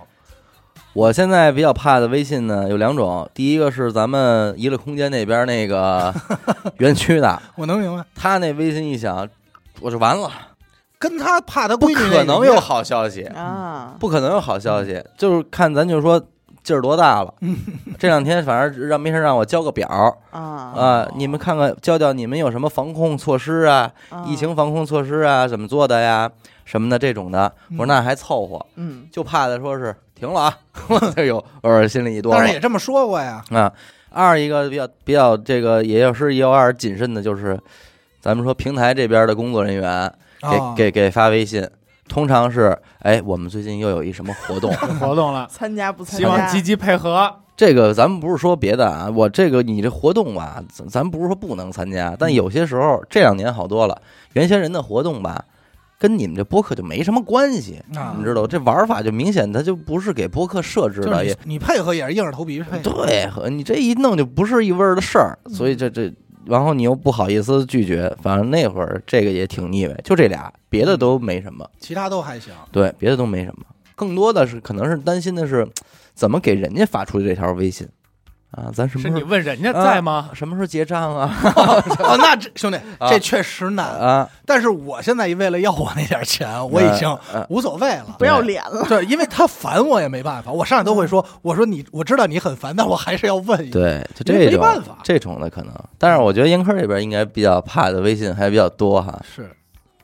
A: 我现在比较怕的微信呢有两种，第一个是咱们娱乐空间那边那个
D: *laughs*
A: 园区的，
B: 我能明白。
A: 他那微信一响，我就完了，
B: 跟他怕他闺
A: 不
B: 女
A: 可能
B: 有
A: 有好消息，
C: *laughs* 啊，
A: 不可能有好消息，就是看咱就说劲儿多大了。 *laughs* 这两天反正让没事让我交个表儿
C: 啊
A: 啊，你们看看教教你们有什么防控措施啊，
C: 啊
A: 疫情防控措施啊，怎么做的呀，什么的这种的。我说那还凑合，
C: 嗯
A: 就怕的说是停了啊， *laughs* 我就有呃心里一哆
B: 但是
A: 嗦
B: 也这么说过呀，
A: 啊。二一个比较比较这个也要是也有点谨慎的，就是咱们说平台这边的工作人员
B: 啊
A: 给给给发微信，通常是哎我们最近又有一什么活动。
D: *laughs* 活动
B: *laughs*
D: 了，
C: 参加不参
D: 希望
C: 加
D: 积极配合。
A: *laughs* 这个咱们不是说别的啊，我这个你这活动吧，咱咱不是说不能参加，但有些时候这两年好多了，原先人的活动吧，跟你们这播客就没什么关系，
B: 啊
A: 你知道这玩法就明显它就不是给播客设置
B: 就是
A: 的，
B: 你
A: 也
B: 你配合也是硬着头皮配，
A: 对，和你这一弄就不是一味儿的事儿，所以这这。然后你又不好意思拒绝，反正那会儿这个也挺腻歪，就这俩，别的都没什么。
B: 其他都还
A: *laughs*
B: 行。
A: 对，别的都没什么，更多的是可能是担心的是，怎么给人家发出这条微信啊？咱什么
D: 是
A: 时候
D: 你问人家
A: 嗯
D: 在吗？
A: 什么时候结账啊？
B: 哦，那这兄弟
A: 啊
B: 这确实难，
A: *laughs* 啊，
B: 但是我现在为了要我那点钱，我已经
A: 呃
B: 无所谓了
C: 不。要脸了，
B: *laughs* 对，因为他烦我也没办法，我上来都会说，我说你，我知道你很烦，但我还是要问一下。
A: 嗯对，就
B: 因为
A: 这
B: 没
A: 种
B: 办法
A: 这种的可能，但是我觉得英科这边应该比较怕的微信还比较多哈。
B: 是，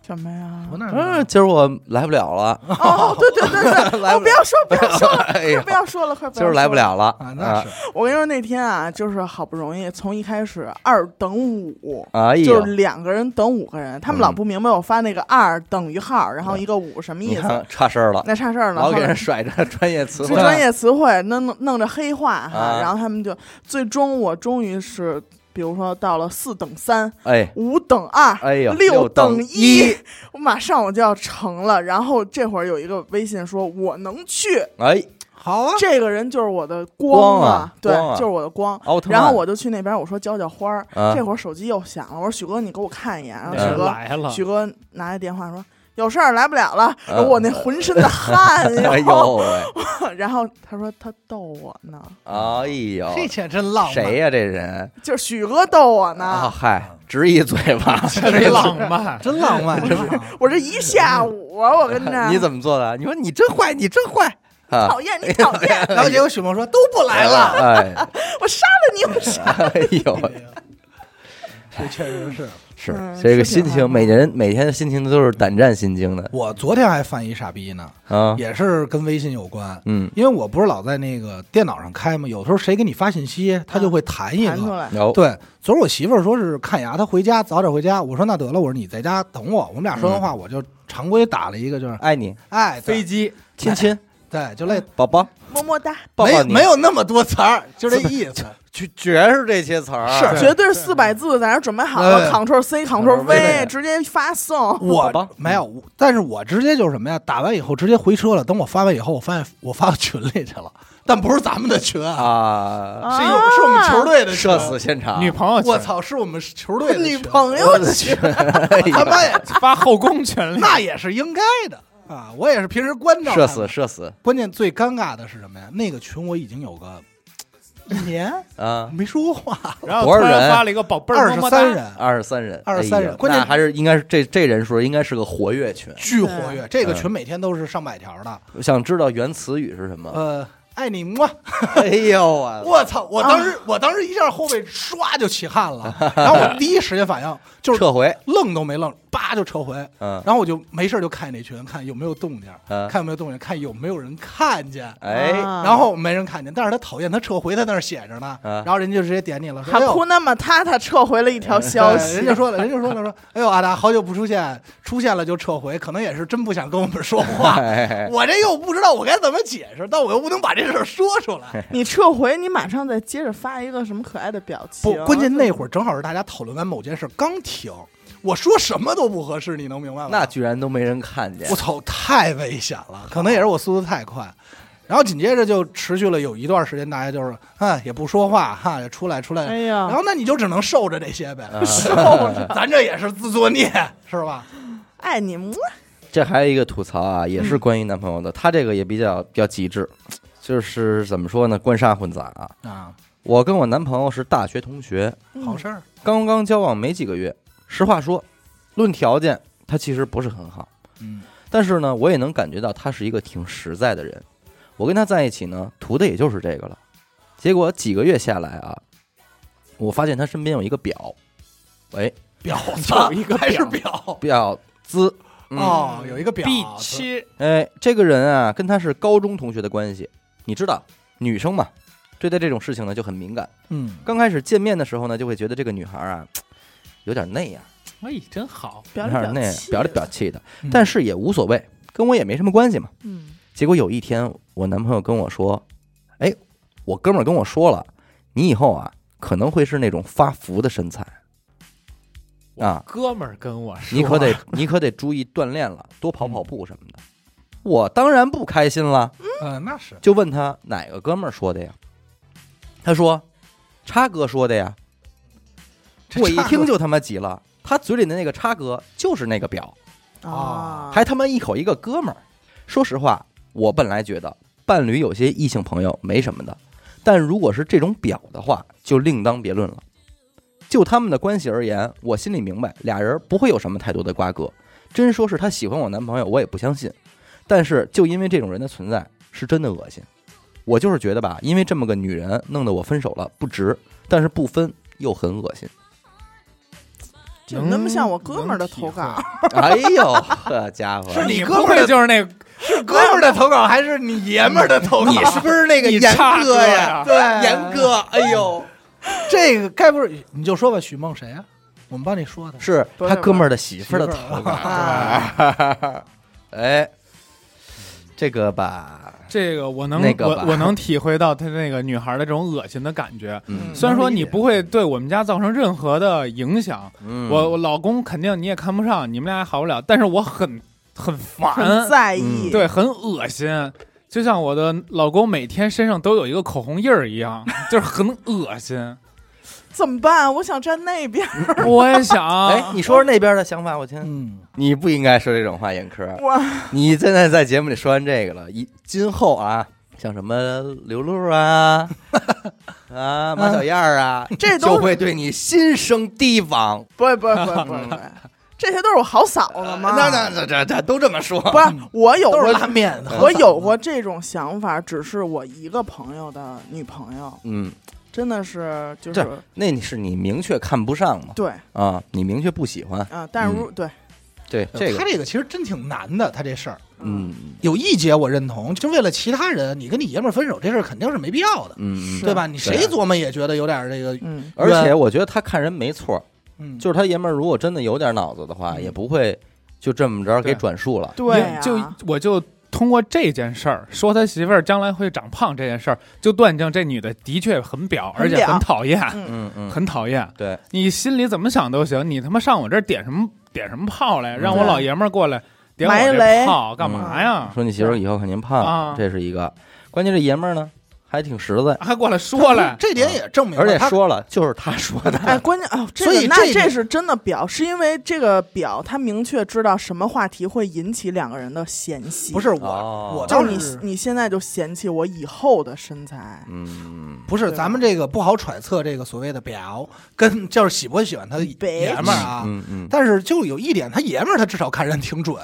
C: 什么呀？
B: 我哪
A: 嗯，今儿我来不了了，
C: *laughs*
A: *laughs*
C: 哦，对对对对，哦，不要说，不要说了，
A: 哎
C: 快 *laughs*
A: 呀
C: 不，要说了，快不要
A: 今儿来
C: 说
A: 不。了了
B: 啊，那是
C: 我跟你说，那天啊，就是好不容易从一开始二等五。
A: 哎
C: 就
A: 呦，
C: 是两个人等五个人，他们
A: 嗯
C: 老不明白我发那个二等于号，然后一个五什么
A: 你
C: 意思
A: 看？差事儿了，
C: 那差事儿了。
A: 老
C: 后
A: 给
C: 来
A: 人甩着 *laughs* 专业词
C: 是
A: 汇，
C: 专业词汇，弄弄弄着黑话哈，
A: 啊
C: 然后他们就最终我终于是，比如说到了四等三，
A: 哎
C: 五等二，
A: 哎呦，
C: 六
A: 等
C: 等一，我马上我就要成了。然后这会儿有一个微信说我能去，
A: 哎，
B: 好
A: *laughs*
B: 啊，
C: 这个人就是我的
A: 光
C: 啊
A: 啊，
C: 对，
A: 光啊
C: 就是我的光。
A: 奥特曼，
C: 然后我就去那边，我说浇浇花儿。
A: 啊
C: 这会儿手机又响了，我说许哥，你给我看一眼。
B: 啊
C: 然
A: 嗯
C: 后
D: 那人
C: 许哥，
D: 来了，
C: 许哥拿着电话说有事儿来不了了。
A: 嗯
C: 我那浑身的汗
A: *laughs* 哎
C: 呀！
A: 呦喂，
C: *laughs* 然后他说他逗我呢，
A: 哎呦，
B: 这钱真浪漫。
A: 谁呀这人
C: 就是许哥逗我呢。
A: 啊？嗨，直一嘴
C: *laughs*
A: 巴，
D: 真
A: *laughs*
D: 浪漫。
B: 真浪漫，啊真是。
C: 我这一下午啊，我跟
A: *laughs*
C: 他
A: 你怎么做的？你说你真坏，你真坏啊！
C: 讨厌你讨厌，
A: *laughs*
B: 然后结果许梦说都不来了，
A: 了，
C: 我杀了你，我杀。
A: 哎， *laughs* 哎呦 *laughs* 喂。
B: 这确实是。
A: 是
C: 嗯
A: 这个
C: 是挺
A: 心情，
C: 好
A: 每人每天的心情都是胆战心惊的
B: 我昨天还犯一傻逼呢，
A: 啊。
B: 也是跟微信有关。
A: 嗯，
B: 因为我不是老在那个电脑上开吗？有时候谁给你发信息，
A: 啊
B: 他就会弹一
C: 弹出
B: 个。
C: 来，
A: 有
B: 对，昨儿我媳妇儿说是看牙，她回家早点回家。我说那得了，我说你在
A: 嗯
B: 家等我。我们俩说完话，我就常规打了一个，就是
A: 爱你，
B: 哎，对
D: 飞机
A: 亲亲，
B: 对，就类
A: 宝宝，
C: 么么哒，
A: 嗯抱
B: 没
A: 抱
B: 有
A: 你，
B: 没有那么多词儿，就这意
A: *laughs*
B: 思。
A: 居居然是这些词儿，啊
B: 是
C: 绝对四百字，在那儿准备好了
B: 哎
C: ，Ctrl C Ctrr
A: Ctrl
C: V，
A: V
C: 直接发送。
A: 好
B: 我
A: 吧嗯
B: 没有，我但是我直接就是什么呀？打完以后直接回车了。等我发完以后，我发现我发到群里去了，但不是咱们的群啊，
A: 啊，
B: 是一个是我们球队的群
A: 社死。现场，
D: 女朋友
B: 我
D: 群
B: 操，是我们球队的
C: 女
B: 群
C: 朋友
A: 我的去，哎
B: 他妈
A: *laughs*
B: 也
D: 发后宫权利，
B: *laughs* 那也是应该的啊！我也是平时关照他
A: 社
B: 们
A: 死社死
B: 关键最尴尬的是什么呀？那个群我已经有个一年
A: 啊，
B: 没
A: *laughs*
B: 说话，
D: 然后
A: 多
D: 突
A: 少人啊
D: 然发了一个宝贝儿，
B: 二
D: 么
B: 十
D: 么哒
B: 三，人，
A: 二十三人，
B: 23
A: 哎呀
B: 人关键
A: 那还是应该是这这人数应该是个活跃群。
B: 巨活跃。这个群
A: 嗯
B: 每天都是上百条的。
A: 我想知道原词语是什么？
B: 呃，爱
A: *laughs*
B: 你么。
A: 哎呦我
B: 我操！我当时
A: 啊
B: 我当时一下后背唰就起汗了，然后我第一时间反
A: *laughs*
B: 应就是
A: 撤回，
B: 愣都没愣，叭就撤回，
A: 嗯，
B: 然后我就没事就看那群，看有没有动静，
A: 嗯
B: 看有没有动静，看有没有人看见。
A: 哎，
C: 啊
B: 然后没人看见，但是他讨厌，他撤回，他那儿写着呢，
A: 嗯
B: 然后人家就直接点你了，说
C: 哈
B: 哎呦
C: 库那么他他撤回了一条消
B: 对，哎人
C: 息
B: 家，说了，人家说了，说，哎呦，阿达好久不出现，出现了就撤回，可能也是真不想跟我们说话。
A: 哎
B: 我这又不知道我该怎么解释，但我又不能把这事儿说出来。
C: *laughs* 你撤回，你马上再接着发一个什么可爱的表情
B: 不，。关键那会儿正好是大家讨论完某件事刚停，我说什么都不合适，你能明白吗？
A: *laughs* 那居然都没人看见
B: 我，操，太危险了，可能也是我速度太快。然后紧接着就持续了有一段时间，大家就是啊也不说话哈，也出来出来。然
C: 哎呀，
B: 后那你就只能受着这些呗，
A: 嗯
C: 受 *laughs* 着
B: *laughs* 咱这也是自作孽是吧？
C: 爱你么
A: 这还有一个吐槽啊，也是关于男朋友的，他这个也比较比较极致，就是怎么说呢，官杀混杂啊。
B: 啊，
A: 我跟我男朋友是大学同学，
B: 好事儿。
A: 刚刚交往没几个月。实话说，论条件，他其实不是很好，
B: 嗯
A: 但是呢，我也能感觉到他是一个挺实在的人。我跟他在一起呢，图的也就是这个了。结果几个月下来啊，我发现他身边有一个表，哎，，
B: 表子
D: 有一个
B: 还是
D: 表
B: 表
A: 表资、嗯、
B: 哦，有一个表
D: 必
B: 子
D: 七，
A: 哎，这个人啊，跟他是高中同学的关系，你知道，女生嘛，对待这种事情呢就很敏感。
B: 嗯，
A: 刚开始见面的时候呢，就会觉得这个女孩啊，有点那样，
D: 哎，真好，
C: 表
A: 有
C: 里
A: 点那样，
C: 气
A: 表里表气的，
B: 嗯
A: 但是也无所谓，跟我也没什么关系嘛。
C: 嗯，
A: 结果有一天，我男朋友跟我说：“哎，我哥们儿跟我说了，你以后啊可能会是那种发福的身材，啊
D: 哥们儿跟我说，
A: 你可得你可得注意锻炼了，多跑跑步什么
C: 嗯
A: 的。”我当然不开心了，
B: 嗯，那是
A: 就问他哪个哥们儿说的呀？他说，叉哥说的呀。
B: 这
A: 我一
B: 叉哥
A: 听就他妈急了，他嘴里的那个叉哥就是那个表，
C: 啊，
A: 还他妈一口一个哥们儿。说实话，我本来觉得伴侣有些异性朋友没什么的，但如果是这种表的话，就另当别论了。就他们的关系而言，我心里明白，俩人不会有什么太多的瓜葛。真说是她喜欢我男朋友，我也不相信。但是就因为这种人的存在，是真的恶心。我就是觉得吧，因为这么个女人，弄得我分手了不值，但是不分又很恶心。
C: 就那么像我哥们儿的
D: 能体
C: 投稿
A: *laughs*
D: 会，
A: 哎呦，好家伙！
B: 是你哥
D: 不
B: 们儿
D: 会
B: 的
D: 就是那个
B: 是哥们儿的投稿还是你爷们儿的投稿？
A: 你是不是那个
D: 你
A: 严
D: 差
A: 哥呀？
B: 对
A: 严，哥，哎呦，
B: 这个该不是你就说吧，许梦谁啊？我们帮你说的。
A: 是他哥们儿的媳妇儿的头
B: 媳
A: 发。
C: 啊，
A: *laughs* 哎，这个吧，
D: 这个我能
A: 那个吧
D: 我我能体会到她那个女孩的这种恶心的感觉。
A: 嗯
D: 虽然说你不会对我们家造成任何的影响，
A: 嗯
D: 我我老公肯定你也看不上，你们俩也好不了，但是
C: *laughs*
D: 我很很
C: 很
D: 烦，
C: 在意，
A: 嗯
D: 对，很恶心。就像我的老公每天身上都有一个口红印儿
C: *laughs*
D: 一样，就是很恶心。
C: 怎么办？我想站那边，
D: 我也想，
A: 哎，你说说那边的想法，我听。
B: 嗯，
A: 你不应该说这种话，严科。
C: 我
A: 你现在在节目里说完这个了，以今后啊，像什么刘露 *laughs* 啊啊马小燕儿啊，
C: 这都是
A: 就会对你心生提防。
C: 不不不不不，这些都是我好嫂子嘛。
A: *laughs* 那那那这这都这么说，
C: 不是我有
B: 都
C: 过
B: 是拉面的。
C: 我有过这种想法，只是我一个朋友的女朋友，
A: 嗯，
C: 真的是就是
A: 这那你是你明确看不上嘛？
C: 对
A: 啊，你明确不喜欢，
C: 啊，但是如对
A: 对这
B: 他
A: 个，
B: 这个其实真挺难的，他这事儿
A: 嗯
B: 有一节我认同，就为了其他人，你跟你爷们儿分手这事儿肯定是没必要的，
A: 嗯，嗯
C: 是
B: 对吧？你谁琢磨也觉得有点这个，
C: 嗯
A: 而且我觉得他看人没错儿，
B: 嗯，
A: 就是他爷们儿如果真的有点脑子的话，
B: 嗯
A: 也不会就这么着给
D: 对
A: 转述了。
C: 对
D: 就
C: 啊
D: 我就通过这件事儿说他媳妇儿将来会长胖这件事儿，就断定这女的的确很婊，而
C: 很
D: 且很
C: 婊
D: 讨厌，
C: 嗯
A: 嗯嗯，
D: 很讨厌。
A: 对，
D: 你心里怎么想都行，你他妈上我这儿点什么点什么炮
A: 嗯
D: 来，让我
C: 对
D: 老爷们儿过来点我
C: 埋
D: 这
C: 雷
D: 炮干嘛呀？
A: 说你媳妇儿以后肯定
D: 啊
A: 胖，这是一个。关键这爷们儿呢，还挺实在，
D: 还过来
A: *laughs*
D: 说来，
B: 这点也证明了
A: 而且
B: 他
A: 说了就是他说的。
C: 哎，关键啊，这
B: 所
C: 个
B: 以
C: 那
B: 这
C: 这
B: 个
C: 是真的表，是因为这个表他明确知道什么话题会引起两个人的嫌隙，
B: 不是我，
A: 哦
B: 我
C: 就
B: 倒
C: 是
B: 是
C: 你你现在就嫌弃我以后的身材，
A: 嗯，
B: 不是
C: 对
B: 咱们这个不好揣测这个所谓的表跟就是喜不喜欢他的
C: 别
B: 爷们儿啊。
A: 嗯嗯，
B: 但是就有一点，他爷们儿他至少看人挺准，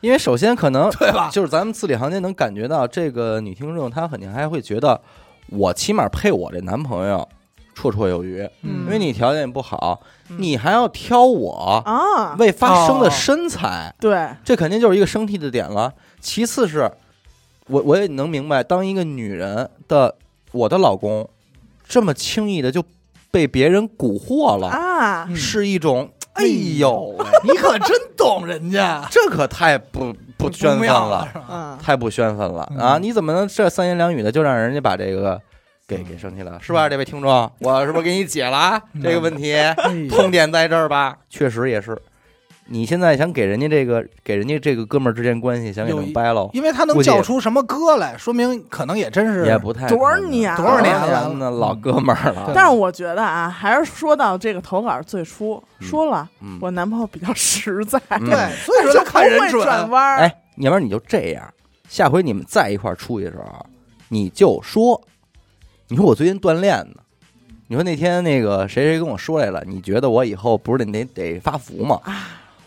A: 因为首先可能
B: 对吧？
A: 就是咱们字里行间能感觉到，这个女听众她肯定还会觉得，我起码配我这男朋友绰绰有余，
C: 嗯
A: 因为你条件不好，
C: 嗯
A: 你还要挑我
C: 啊，
A: 未发生的
B: 哦
A: 身材，
C: 对，
A: 这肯定就是一个生气的点了。其次是，我我也能明白，当一个女人的我的老公这么轻易的就被别人蛊惑了，
C: 啊，
B: 嗯
A: 是一种哎
B: 哎
A: 呦
B: 呦
A: 喂，，
B: 你可真懂人家
A: 这可太不 *laughs* 不宣
B: 不
A: 愤
B: 妙
A: 了，
B: 是吧？
C: 嗯，
A: 太不宣愤了、
D: 嗯
A: 啊！你怎么能这三言两语的就让人家把这个给给生气了，是吧？这位听众，我是不是给你解了啊
B: 嗯
A: 这个问题？
B: 痛 *laughs*
A: 痛点在这儿吧？确实也是。你现在想给人家这个给人家这个哥们儿之间关系想给
B: 有
A: 弄
B: 一
A: 掰了，
B: 因为他能叫出什么歌来，说明可能也真是
A: 也不太
C: 多少
A: 可能
C: 年
B: 多少年
A: 了
B: 了
A: 那老哥们儿了，
B: 对
C: 但是我觉得啊，还是说到这个投稿最初
A: 嗯
C: 说了，
A: 嗯，
C: 我男朋友比较实在，
A: 嗯
B: 对，所以说
C: *laughs* 就
B: 他
C: 不
B: 看人
C: 会
B: 准。
C: 转弯儿。
A: 哎，要不然你就这样，下回你们再一块儿出去的时候，你就说，你说我最近锻炼呢，你说那天那个谁谁跟我说来了，你觉得我以后不是得得得发福吗？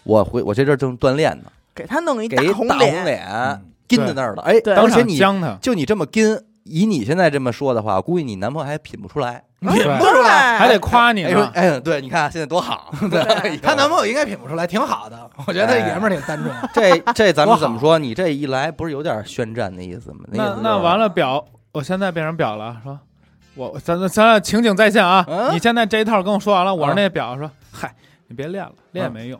A: 我回我这阵儿正锻炼呢，
C: 给他弄一
A: 给一
C: 啊红
A: 大红
C: 脸，
A: 脸跟在那儿了，哎，
C: 对
A: 而
D: 当
A: 且
D: 场
A: 你
D: 将他，
A: 就你这么跟，以你现在这么说的话，估计你男朋友还品不出来。 *laughs*
D: 对
B: 品不出来，
D: 还得夸你
A: 哎呦，
D: 呢。
A: 哎呦，对，你看现在多
B: *laughs*
A: 好，对
B: 她男朋友应该品不出来，挺好的。我觉得他
A: 哎
B: 爷们儿挺单纯，
A: *laughs* 这这咱
B: 多
A: 们
B: 好
A: 怎么说？你这一来不是有点宣战的意思吗？
D: 那
A: 那
D: 那完
A: 了，
D: 了，表，我现在变成表了，说。我咱咱咱俩情景再现啊！
A: 嗯
D: 你现在这一套跟我说完了，我
A: 啊
D: 是那表说，嗨，你别练了，
A: 嗯
D: 练也没用。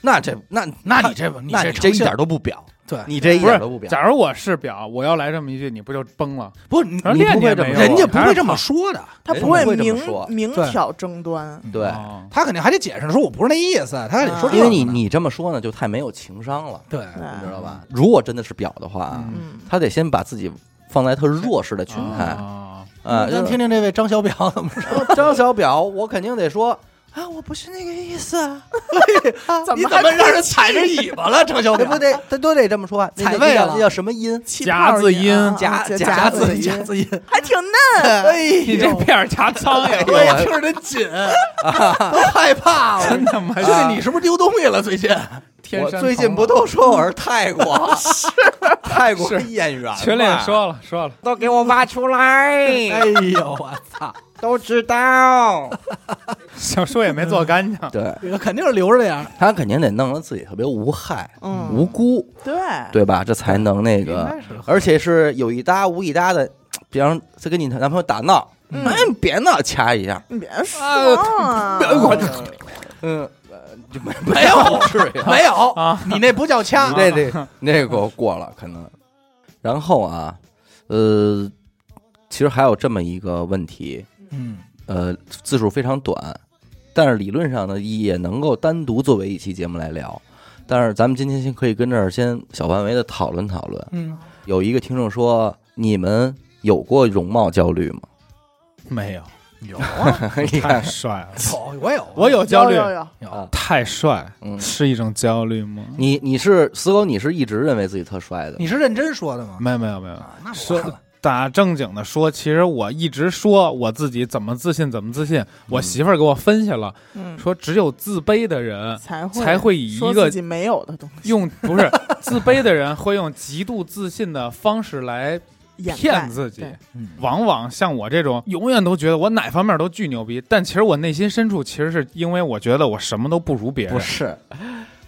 A: 那这 *laughs* 那
B: 那你这你
A: 那你这
B: 诚
A: 一
B: 信
A: 点都不表，
B: 对
A: 你这一
D: 不是
A: 点都不，表。
D: 假如我是表，我要来这么一句，你不就崩了？
B: 不是你
D: 反正
A: 你
D: 练
A: 不会这么
D: 你也没
A: 说
D: 用，
B: 人家不
D: 还是
B: 会这么说的，
C: 他
A: 人
C: 不
A: 哎不会
C: 会
A: 这么
C: 明
A: 说
C: 明
B: 对
C: 挑争端。
A: 对
D: 哦
B: 他肯定还得解释说我不是那意思，他还得说这
A: 啊因为
B: 个呢
A: 你你这么说呢，就太没有情商了，
B: 对
A: 你知
C: 对，
A: 道吧？如果真的是表的话，
D: 嗯
C: 嗯，
A: 他得先把自己放在特弱势的群态
D: 哦
A: 啊。
B: 咱
A: 就是
B: 听听这位张小表怎么说，
A: 张小表，我肯定得说啊，我不是那个意思啊，
C: 怎
B: 你
C: 么
B: 怎
C: 还
B: 么让人踩着尾巴了？张小
A: 这
B: 表
A: 哎不得他都得这么说啊，
B: 哎踩
A: 那
B: 位
A: 那叫
B: 了
A: 那叫什么音？
C: 气
D: 夹
C: 泡
D: 子
C: 你
D: 音
C: 啊
A: 夹
C: 夹
A: 夹
C: 夹
A: 子
C: 子
A: 音
B: 夹子音，
C: 还挺嫩。
A: 哎
D: 你这片儿夹苍
B: 哎
D: 蝇，
A: 呦
B: 我也听着真紧，都害怕 *laughs* 了。
D: *laughs* 真啊他妈
B: 就是你是不是丢东西了？最近
D: 天
A: 我
D: 山
A: 最近
D: 童
A: 不
D: 姥
A: 都说我是泰 *laughs* 国，泰国
D: 是
A: 演员吗，
D: 群里也说了说了，
A: 都给我挖出来，
B: *laughs* 哎呦我操，
A: 都知道。
D: 小叔也没做干净。
A: 对
B: 这个肯定是留着点儿。
A: 他肯定得弄得自己特别无害、
C: 嗯
A: 无辜，
C: 对
A: 对吧？这才能那
B: 应
A: 个，
B: 该是
A: 而且是有一搭无一搭的，比方再跟你男朋友打闹，
C: 嗯
A: 哎，你别闹，掐一下，
C: 你别说
A: 呃
C: 啊，
A: 嗯，呃就没
B: 没
A: *laughs*
B: 有 *laughs*
A: 至于啊，
B: 没有
D: 啊，
B: 你那不叫哎掐
A: 你，这这那个给我过了可能。然后啊，呃，其实还有这么一个问题，
B: 嗯，
A: 呃，字数非常短，但是理论上呢也能够单独作为一期节目来聊。但是咱们今天先可以跟这儿先小范围的讨论讨论。
B: 嗯，
A: 有一个听众说，你们有过容貌焦虑吗？ *laughs*
D: 没有，
B: 有啊，
A: 你
D: 太
A: 看，
D: 帅了，
B: 有我有啊，
D: 我有焦
C: 有
D: 虑，
C: 有有，
B: 有，
D: 太帅
A: 嗯，
D: 是一种焦虑吗？
A: 你你是死狗，你是一直认为自己特帅的，
B: 你是认真说的吗？
D: 没有没有没有，
B: 啊，那我
D: 说
B: 看了，
D: 打正经的说，其实我一直说我自己怎么自信怎么自信，我媳妇儿给我分析了，
C: 嗯，
D: 说只有自卑的人
C: 才会
D: 才会以
C: 说
D: 一
C: 自
D: 个
C: 己没有的东西
D: 用不是自卑的人会用极度自信的方式来
C: 掩盖
D: 骗自己
C: 对。
B: 嗯
D: 往往像我这种永远都觉得我哪方面都巨牛逼，但其实我内心深处其实是因为我觉得我什么都不如别人。
A: 不是？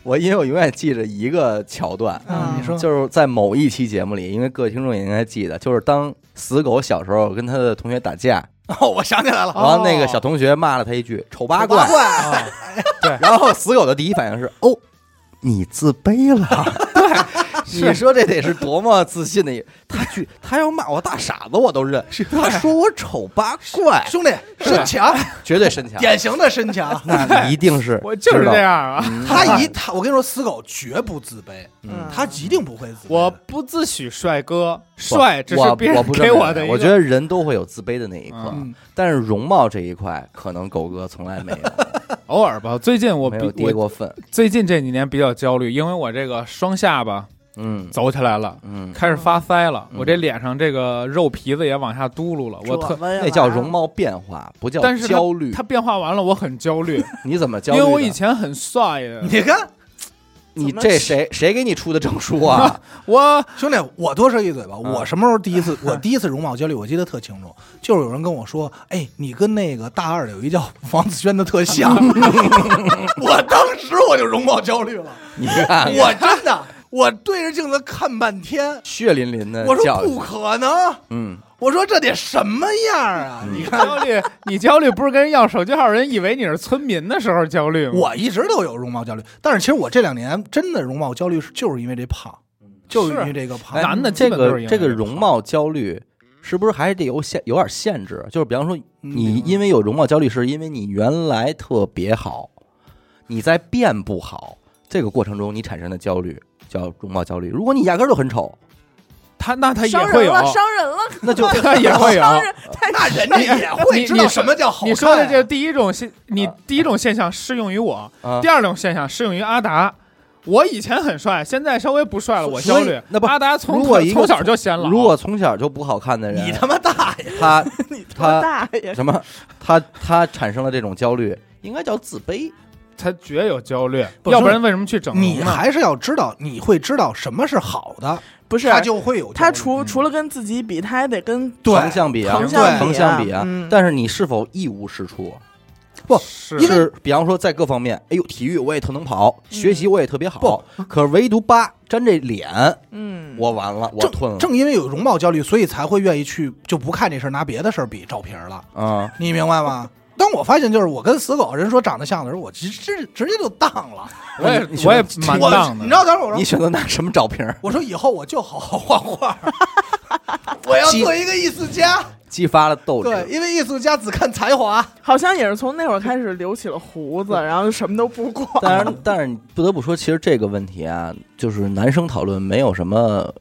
A: 我因为我永远记着一个桥段，
C: 嗯
B: 嗯，你说
A: 就是在某一期节目里，因为各位听众也应该记得，就是当死狗小时候跟他的同学打架，
B: 哦，我想起来了，
A: 然后那个小同学骂了他一句“丑八怪”，
D: 啊，
A: *laughs* *laughs*
D: *laughs*
A: 然后死狗的第一反应是：“哦，你自卑了。”你说这得是多么自信的一？他去，他要骂我大傻子，我都认。他说我丑八怪，
B: 兄弟，身强，
A: 绝对身强，
B: 典型的身 *laughs* 强。
A: 那一定是
D: 我就是
A: 知道
D: 这样啊，
B: 他一他，我跟你说，死狗绝不自卑，
A: 嗯
B: 他一定不会自卑的。
D: 我不自诩帅哥，帅只是
A: 我
D: 别
A: 我
D: 人
A: 不
D: 给
A: 认为
D: 我的一个。
A: 我觉得人都会有自卑的那一刻
B: 嗯，
A: 但是容貌这一块，可能狗哥从来没有
D: 偶尔吧，最近 *laughs* 我
A: 没
D: 比
A: 有跌
D: 我
A: 过分。
D: 最近这几年比较焦虑，因为我这个双下巴
A: 嗯
D: 走起来了，
A: 嗯，
D: 开始发腮了，
A: 嗯
D: 我这脸上这个肉皮子也往下嘟噜了，我特。
A: 那
C: 那
A: 叫容，貌变化，不叫
D: 但是它
A: 焦虑。
D: 它变化完了，我很焦虑，
A: 你怎 *laughs* 么焦
D: 因
A: 虑
D: 为
A: 的？
D: 我以前很帅的，
B: 你看，
A: 你这谁谁给你出的证书啊？
D: 我
B: 兄弟，我多说一嘴吧，
A: 嗯
B: 我什么时候第一次，我第一次容貌焦虑，我记得特清楚，就是有人跟我说，哎，你跟那个大二的有一叫 *laughs* 王子轩的特像，我当时我就容貌焦虑了， *laughs*
A: 你看
B: 我真的，我对着镜子看半天，
A: 血淋淋的
B: 我说
A: 哎教育
B: 不，可能，
A: 嗯，
B: 我说这得什么样啊？
D: 嗯
B: 你看，
D: 焦虑， *laughs* 你焦虑不是跟人要手机号，人以为你是村民的时候焦虑吗？
B: 我一直都有容貌焦虑，但是其实我这两年真的容貌焦虑是就是因为这胖，就是因为这个胖
A: 哎，
D: 男的基
A: 这
D: 本都是
A: 个
D: 因为
A: 这个
D: 这个
A: 容貌焦虑，是不是还得有限有点限制？就是比方说，你
B: 嗯
A: 因为有容貌焦虑，是因为你原来特别好，你在变不好这个过程中，你产生的焦虑叫容貌焦虑。如果你压根儿就很丑，
D: 他那他也
C: 伤
D: 会
C: 人
D: 有，啊
C: 了，伤人了，
A: 那就
D: 他也会有。
C: 伤人太
B: 那人家也会知道什么叫好看。
D: 你说的这第一种现，你
A: 啊
D: 第一种现象适用于我，
A: 啊
D: 第，二种现象适用于阿达。我以前很帅，现在稍微不帅了，我焦
A: 所
D: 虑
A: 以。那不
D: 阿达从
A: 如果一个
D: 从小就显老，
A: 如果从小就不好看的
B: 你
A: 人，
B: 他妈大爷！
A: 他
C: 你多
A: 他
C: 大呀？
A: 什么他他产生了这种焦虑，应该叫自卑。
D: 他绝有焦虑，
B: 不是
D: 要不然为什么去整容呢？
B: 你还是要知道，你会知道什么是好的，
C: 不是
B: 他就会有
C: 他
B: 出
C: 除除了跟自己比，他还得跟
A: 横
B: 对，
A: 向比啊，
C: 横
B: 向比啊
A: 横向比啊
C: 嗯，
A: 但是你是否一无是处？
B: 不
D: 是
B: 因为
A: 是比方说在各方面，哎呦，体育我也特能跑，学习我也特别好，
B: 不
A: 可唯独八沾这脸，
C: 嗯，
A: 我完了，我吞
B: 正
A: 了
B: 正因为有容貌焦虑，所以才会愿意去就不看这事儿，拿别的事儿比照皮儿了，
A: 啊！
B: 你明白吗？当我发现就是我跟死狗人说长得像的时候，我直直直接就当了。
D: 我也
A: 你你
D: 我也
A: 选
D: 蛮
B: 我
D: 当
B: 你
D: 的
B: 知。道当时我
A: 你
B: 说，
A: 选择拿什么照片儿？
B: 我说以后我就好好画画，我要做一个艺术家。
A: 激发了斗
B: 对，
A: 志。
B: 因为艺术家只看才华。
C: 好像也是从那会儿开始留起了胡子，然后就什么都不管。
A: 但是，但是你不得不说，其实这个问题啊，就是男生讨论没有什么，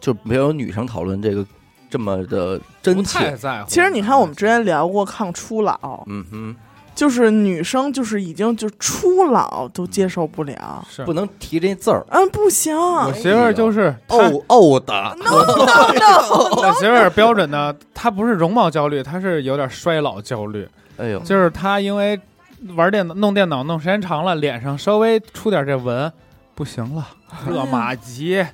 A: 就没有女生讨论这个这么的
D: 不
A: 真
D: 太
A: 切。
D: 在乎。
C: 其实你看，我们之前聊过抗初老，
A: 嗯哼，
C: 就是女生就是已经就初老都接受不了，
D: 是
A: 不能提这字儿。
C: 嗯，不行。
D: 我媳妇儿就是她
A: 哦哦的，
C: no no *laughs* no，
D: 我媳妇儿标准呢，她不是容貌焦虑，她是有点衰老焦虑，
A: 哎
C: 嗯
A: 呦，
D: 就是她因为玩电脑、弄电脑弄时间长了，脸上稍微出点这纹，不行
C: *laughs*
D: 了，热玛吉，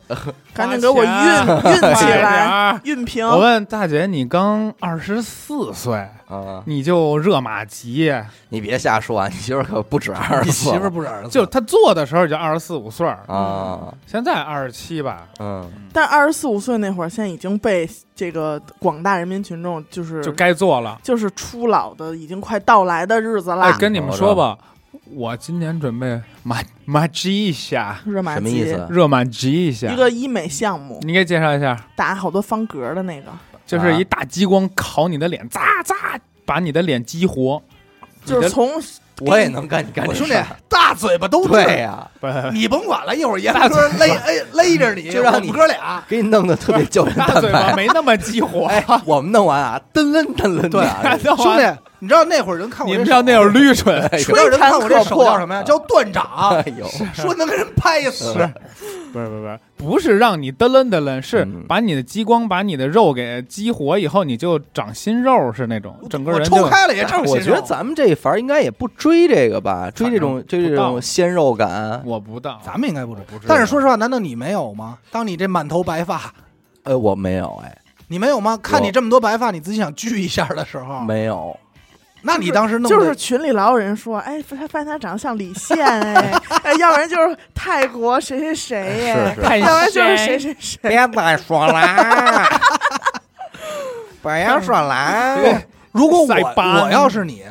C: 赶紧给我熨熨起来，
D: 来。
C: 熨平。
D: 我问大姐，你刚二十四岁，
A: 啊！
D: 你就热玛吉，
A: 你别瞎说啊，你媳妇儿可不止二
B: 你
A: 十四
B: 媳妇儿
A: 了
B: 不是儿子，
D: 就她做的时候就二十四五岁儿，
A: 啊，
D: 现在二十七吧，
A: 嗯，
C: 但二十四五岁那会儿，现在已经被这个广大人民群众就是
D: 就该做了。
C: 就是初老的已经快到来的日子了。
D: 哎，跟你们说吧，我今年准备玛玛吉一下，
C: 热玛
A: 什么
C: 吉
A: 意思？
D: 热玛吉一下
C: 一。个医美项目，
D: 啊你给介绍一下，
C: 打好多方格的那个，
D: 就是一大激光烤你的脸，咋咋把你的脸激活。
C: 就是从
A: 我也能干你干
B: 我
A: 这
B: 兄
A: 事
B: 弟
A: 儿。
B: 大嘴巴都
A: 对
B: 治，
A: 呀、
D: *laughs*
B: 你甭管了，一会儿严哥勒勒勒着你，
A: 就让
B: 我
A: 你
B: 们哥俩。
A: 给你弄得特别胶原
D: *laughs* 大
A: 蛋
D: 嘴巴
A: 白。
D: 没那么激活。
A: 哎，我们弄完啊，噔楞噔楞的
D: *laughs*
A: 啊，
D: 对
B: 兄弟，你知道那会儿人看我
D: 你
B: 这手
D: 们知道那有绿唇，
A: 哎
B: 没有人看我这手叫什么呀？
A: 吹弹可破
B: 叫断掌啊
A: 哎，呦，
B: 说能给人拍死。
A: 是
D: 不是不是不是，不是让你嘚楞嘚楞，是
A: 嗯
D: 把你的激光把你的肉给激活以后，你就长新肉，是那种整个
B: 我
D: 人
B: 抽
D: 就
B: 开了也正
A: 我觉得咱们这一伐儿应该也不追这个吧，追这种追这种鲜肉感。
D: 我不当，
B: 咱们应该不知
D: 不知道
B: 但是说实话，难道你没有吗？当你这满头白发，
A: 呃，我没有，哎，
B: 你没有吗？看你
A: 我
B: 这么多白发，你自己想锯一下的时候，
A: 没有，
B: 那你当时弄
C: 就
B: 得
C: 是群里老有人说，哎，他发现他长得像李现，哎，哎要不然就是泰国谁谁谁，哎，
A: 是是。
D: 太
C: *laughs* 要不然就是谁谁谁，
E: 别再说
A: *laughs*
E: 啦，别说啦，
B: 对，如果
D: 塞
B: 我
D: 班
B: 我要是你，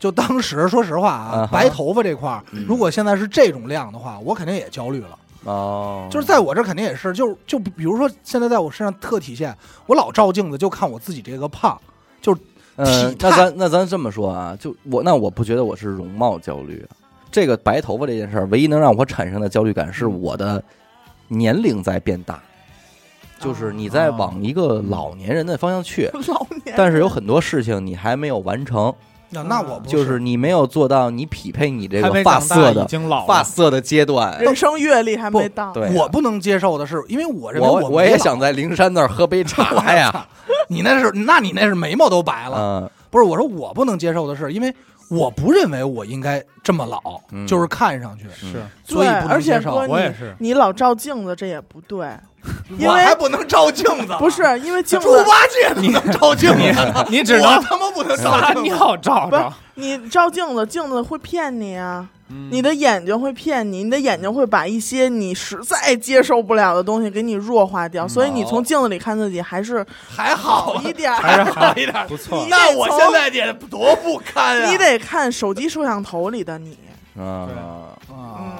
B: 就当时说实话
A: 啊
B: 啊嗯
A: 哈，
B: 白头发这块儿，如果现在是这种量的话，我肯定也焦虑了。
A: 哦，
B: 就是在我这儿肯定也是，就就比如说现在在我身上特体现，我老照镜子就看我自己这个胖，
A: 呃
B: 体，
A: 那
B: 态
A: 咱那咱这么说啊，就我那我不觉得我是容貌焦虑，啊这个白头发这件事儿，唯一能让我产生的焦虑感是我的年龄在变大，就是你在往一个老年人的方向去，
C: *laughs* 老年，
A: 但是有很多事情你还没有完成，
B: 那那我不
A: 就是是你没有做到你匹配你这
D: 还
A: 个
D: 没
A: 发
D: 长大
A: 色
D: 已
A: 的
D: 经老
A: 发
D: 了，
A: 色的阶段。
C: 人生阅历还没到，
A: 不对
B: 我不能接受的是，因为我认为
A: 我
B: 我
A: 也
B: 没
A: 想在灵山那儿喝杯茶呀，
B: 老，你那是那你那是眉毛都白了，
A: 嗯，
B: 不是我说我不能接受的是，因为我不认为我应该这么老，
A: 嗯
B: 就是看上去，
D: 是
B: 所以
C: 对
B: 不能
C: 而且
B: 接受
C: 说。
D: 我也是。
C: 你老照镜子，这也不对，因
B: 我
C: 为
B: 还不能照镜子，啊
C: 不是因为镜
B: 猪
C: 子，
B: 八戒你能照镜子，啊
D: 你只
B: 我
D: 能
B: 他妈不能
D: *laughs* 撒
B: 照镜子。
D: 尿照照，
C: 你照镜子，镜子会骗你啊，
D: 嗯
C: 你的眼睛会骗你，你的眼睛会把一些你实在接受不了的东西给你弱化掉，所以你从镜子里看自己还是
B: 还好
C: 好一点儿，
D: 还是好
B: 一点
D: *laughs* 不错
C: 你。
B: 那我现在得多不
A: 哎
B: 堪啊！
C: 你得看手机摄像头里的你，
A: 啊，
B: 啊，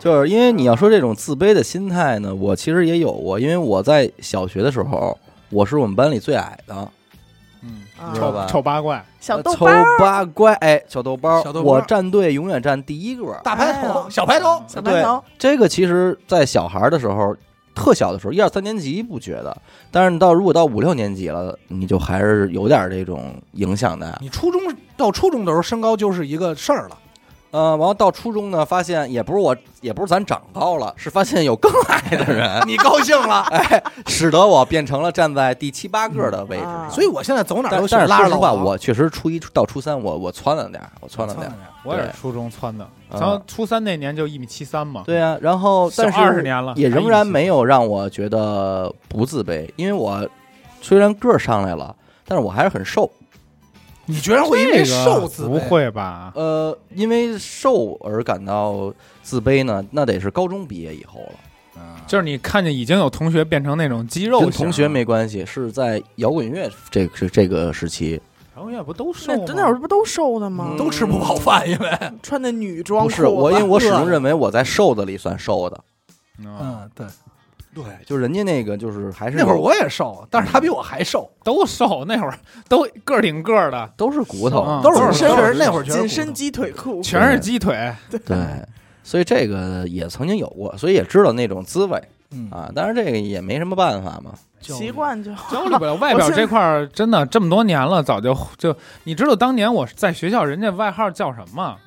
A: 就是因为你要说这种自卑的心态呢，我其实也有过，因为我在小学的时候，我是我们班里最矮的，
D: 嗯，
C: 啊
A: 知道吧
D: 丑丑八怪，
C: 小豆
A: 丑
C: 包儿，
A: 八怪，哎，小豆包，
B: 小豆包
A: 我站队永远站第一个。
B: 大排
C: 哎
B: 头，
C: 呀
B: 小排头，
C: 小白头，
A: 这个其实，在小孩儿的时候，特小的时候，一二三年级不觉得，但是你到如果到五六年级了，你就还是有点这种影响的。
B: 你初中到初中的时候，身高就是一个事儿了。，
A: 呃，完了到初中呢，发现也不是我，也不是咱长高了，是发现有更矮的人
C: *laughs*
B: 你高兴了，
A: 使得我变成了站在第七八个的位置上。
C: 啊
B: 所以我现在走哪啊儿
A: 但
B: 都喜
A: 但
B: 欢
A: 是
B: 拉
A: 说实
B: 着老
A: 话，
B: 王。
A: 我确实初一到初三，我我窜了点儿，我窜了点儿。
D: 我也是
A: 对
D: 初中窜的，
A: 嗯
D: 然后初三那年就一米七三嘛，
A: 对啊，然后
D: 小
A: 但
D: 二十
A: 是
D: 年了，
A: 也仍然没
D: 有。
A: 有让我觉得不自卑，因为我虽然个儿上来了，但是我还是很瘦。
B: 你居然会因
D: 这
B: 为
D: 个
B: 瘦自卑
D: 不会吧？
A: 呃，因为瘦而感到自卑呢，那得是高中毕业以后了，
D: 就是你看见已经有同学变成那种肌肉
A: 跟
D: 型
A: 同学，没关系，是在摇滚乐这这这个时期，
D: 然后也不都瘦
C: 那
D: 吗
C: 那会儿不都瘦的吗
A: 嗯？
B: 都吃不饱饭，因为
C: 嗯穿的女装
A: 不
C: 裤子，
A: 是我，因
B: *laughs*
A: 为我始终认为我在瘦子里算瘦的，
D: 嗯，
B: 嗯对对，
A: 就人家那个就是还是
B: 那会儿
A: 有
B: 我也瘦，但是他比我还瘦，
D: 都瘦，那会儿都个儿顶个儿的，
A: 都是骨头，
D: 嗯
B: 都是
D: 都是
B: 身
D: 都是
B: 儿那会儿全是
C: 紧
B: 骨头
C: 身鸡腿裤，
D: 全是鸡腿，
A: 对，所以这个也曾经有过，所以也知道那种滋味
B: 嗯
A: 啊。当然这个也没什么办法嘛。
B: 就
C: 习惯就好
D: 焦虑不 *laughs* 了。外表这块儿真的这么多年了，早就就你知道当年我在学校人家外号叫什 *laughs* 么？
A: *laughs*
C: 嗯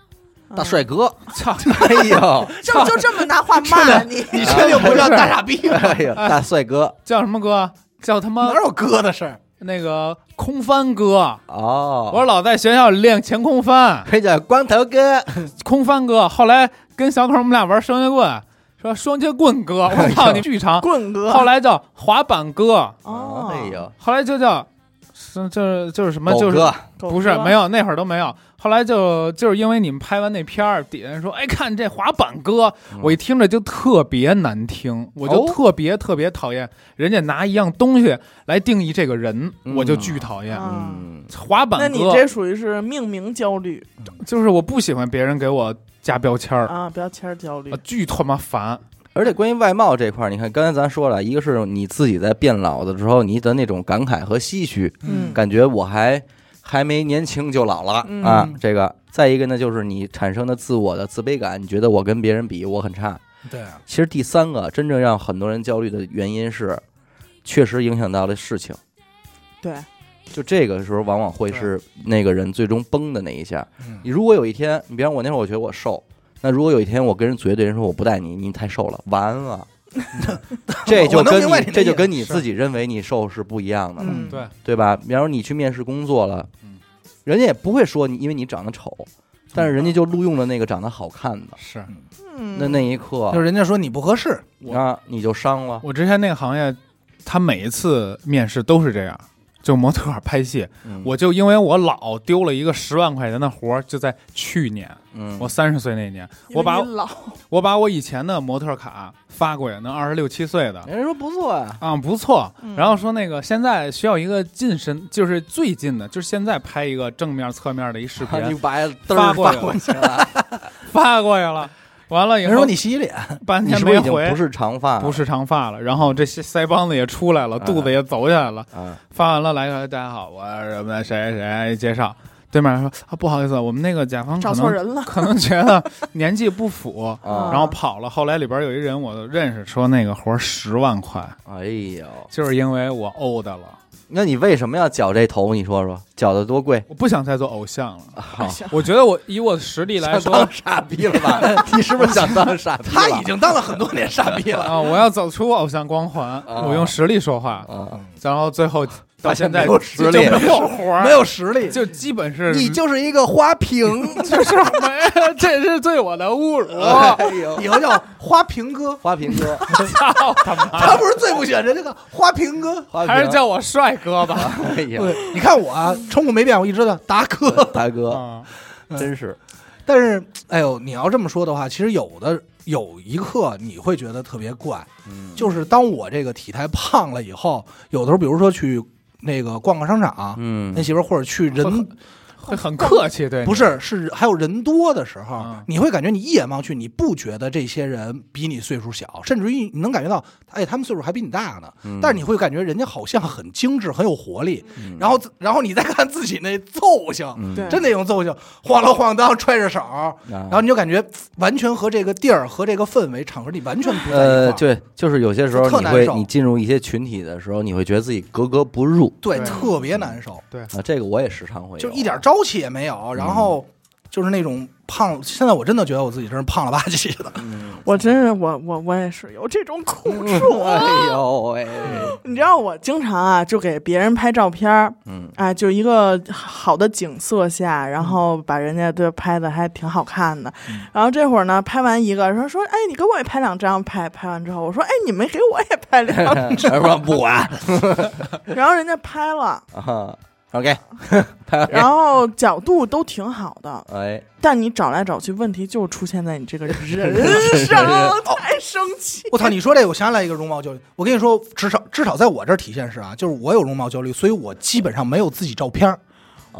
A: 大，帅
C: *laughs*
A: 哥，
D: 操，
A: 哎呦，
C: 就就这
A: *laughs*
C: 么拿话骂你，
B: *laughs* 你确定不叫大傻逼 *laughs* 吗？
A: 哎呦，大帅哥
D: 叫什么哥？叫他妈
B: 哪有哥的事儿？
D: 那个空翻哥。
A: 哦，
D: 我老在学校练前空翻，
A: 可以叫光头哥，
D: 空翻哥。后来跟小可我们俩玩双截棍，说双截
A: *laughs*
D: 棍哥，我操你巨长。
C: 棍哥，
D: 后来叫滑板哥，
C: 哦，
A: 哎呦，
D: 后来就叫是就是就是什么
A: 狗
D: 就是
A: 哥，
C: 狗
D: 不是
C: 哥
D: 没有那会儿都没有。后来就就是因为你们拍完那片儿，底下人说哎看这滑板哥，
A: 嗯
D: 我一听着就特别难听，我就
A: 哦
D: 特别特别讨厌人家拿一样东西来定义这个人，
A: 嗯
D: 我就巨讨厌。
C: 啊
A: 嗯，
D: 滑板
C: 那
D: 哥，
C: 你这属于是命名焦虑
D: 就是我不喜欢别人给我加标签儿，
C: 啊，标签焦虑
D: 啊，巨他妈烦。
A: 而且关于外貌这块儿，你看刚才咱说了，一个是你自己在变老的时候，你的那种感慨和唏嘘，
C: 嗯
A: 感觉我还还没年轻就老了、
C: 嗯
A: 啊，这个。再一个呢，就是你产生的自我的自卑感，你觉得我跟别人比我很差。
B: 对，
D: 啊
A: 其实第三个真正让很多人焦虑的原因是，确实影响到了事情。
C: 对，
A: 就这个时候，往往会
B: 对
A: 是那个人最终崩的那一下。
B: 嗯
A: 你如果有一天，你比方我那会儿，我觉得我瘦，那如果有一天我跟人嘴对人说我不带你，你太瘦了，完
B: *laughs*
A: 了，这就
B: 我能
A: 跟
B: 明白你的
A: 这就
B: 意思
A: 跟你
B: 是
A: 自己认为你瘦是不一样的，
C: 嗯，
D: 对，
A: 对吧？比方说你去面试工作了
D: 嗯，
A: 人家也不会说你因为你长得丑，但是人家就录用了那个长得好看的，
D: 是
C: 嗯
A: 那那一刻
B: 就是人家说你不合适，
D: 我
A: 啊你就伤了，
D: *laughs* 我之前那个行业，他每一次面试都是这样，就模特儿拍戏，
A: 嗯
D: 我就因为我老丢了一个十万块钱的活儿，就在去年，
A: 嗯
D: 我三十岁那年，我把
C: 因为你老
D: 我把我以前的模特儿卡发过去，那二十六七岁的。
A: 人家说不错哎呀，
D: 啊、不错
C: 嗯。
D: 然后说那个现在需要一个近身，就是最近的，就是现在
A: *laughs*
D: 拍
A: 啊
D: 一个正面、侧面的一视频，
A: 你把灯
D: 发
A: 儿
D: 过
A: 发
D: 去
A: 过去了，
D: 发过去了。完了以
B: 人说
D: 后
B: *laughs* 你洗洗脸，
D: 半
A: 你
D: 天
A: 是不
D: 没
A: 是已经
D: 回，
A: 不是长发？
D: 不是长发了，然后这些腮帮子也出来了，
A: 哎
D: 肚子也走起来了。
A: 啊，，
D: 发完了来个大家好，我是什么谁谁谁介绍，对面说啊不好意思，我们那个甲方
C: 找
D: 可
C: 错
D: 能
C: 人了。
D: *laughs* 可能觉得年纪不符
A: *laughs* 啊
D: 然后跑了。后来里边有一人我认识，说那个活十万块，
A: 哎呦，
D: 就是因为我 old 了，
A: 那你为什么要绞这头？你说说，绞的多贵？
D: 我不想再做偶像了。
A: 好，
D: 我觉得我以我的实力来
A: 想
D: 说
A: 啊当傻逼了吧？ *laughs* 你是不是想当傻逼了？
B: 他已经当了很多年傻逼了。
D: 啊，我要走出偶像光环，我用实力说话，
A: 啊，
D: 然后最后到现在
A: 没有实
D: 就
A: 力
D: 没有
A: *laughs*
D: 活儿
B: *laughs* 没有实力，
D: *laughs* 就基本是
A: 你就是一个花瓶。
D: 就是 *laughs* 没，这是对我的侮辱。
A: 哎呦，
B: 以后叫花瓶哥，
A: *laughs* 花瓶哥，
D: 操他妈！
B: 他不是最不选人这个花瓶哥。
A: 花瓶
D: 还是叫我帅哥吧。
A: 哎呀，
B: 对，你看我啊，称呼没变，我一直的达哥。
A: 大哥，
D: *laughs* 嗯
A: 真是
B: 但是，哎呦，你要这么说的话，其实有的有一刻你会觉得特别怪，
A: 嗯
B: 就是当我这个体态胖了以后，有的时候比如说去那个逛个商场，
A: 嗯
B: 那媳妇儿或者去人
D: 会很客气，对你，
B: 不是是还有人多的时候，
A: 啊
D: 嗯
B: 你会感觉你一眼望去，你不觉得这些人比你岁数小，甚至于你能感觉到，哎，他们岁数还比你大呢。
A: 嗯
B: 但是你会感觉人家好像很精致，很有活力。
A: 嗯
B: 然后自，然后你再看自己那揍性，
A: 嗯啊
C: 对
B: 真那种揍性，晃了晃荡，揣着手，然
A: 然
B: 后你就感觉呲完全和这个地儿和这个氛围场合里完全不在一块儿
A: 呃，对，就是有些时候
B: 特
A: 你
B: 难
A: 会，
B: 受
A: 你进入一些群体的时候，你会觉得自己格格不入
B: 对
D: 对
B: 特别难受，
A: 啊。这个我也时常会有，嗯
B: 就一点朝气也没有。然后就是那种胖，现在我真的觉得我自己真是胖了吧唧的。
C: 我真是我我我也是有这种苦
A: 嗯
C: 处。
A: 哎呦
B: *laughs*
A: 喂，
C: 你知道我经常啊，就给别人拍照片儿，
A: 嗯
C: 哎，就一个好的景色下，然后把人家对拍的还挺好看的。
A: 嗯
C: 然后这会儿呢，拍完一个说说，哎，你给我也拍两张。拍拍完之后，我说，哎，你们给我也拍
A: *laughs*
C: 两张。
A: 要不然不管
C: 然后人家拍了，
A: 啊。OK，拍 OK，
C: 然后角度都挺好的，
A: 哎，
C: 但你找来找去，问题就出现在你这个人上，
A: *laughs*
C: 太生气。
B: *laughs* 我操！你说这，我想起来一个容貌焦虑。我跟你说，至少至少在我这儿体现是啊，就是我有容貌焦虑，所以我基本上没有自己照片儿。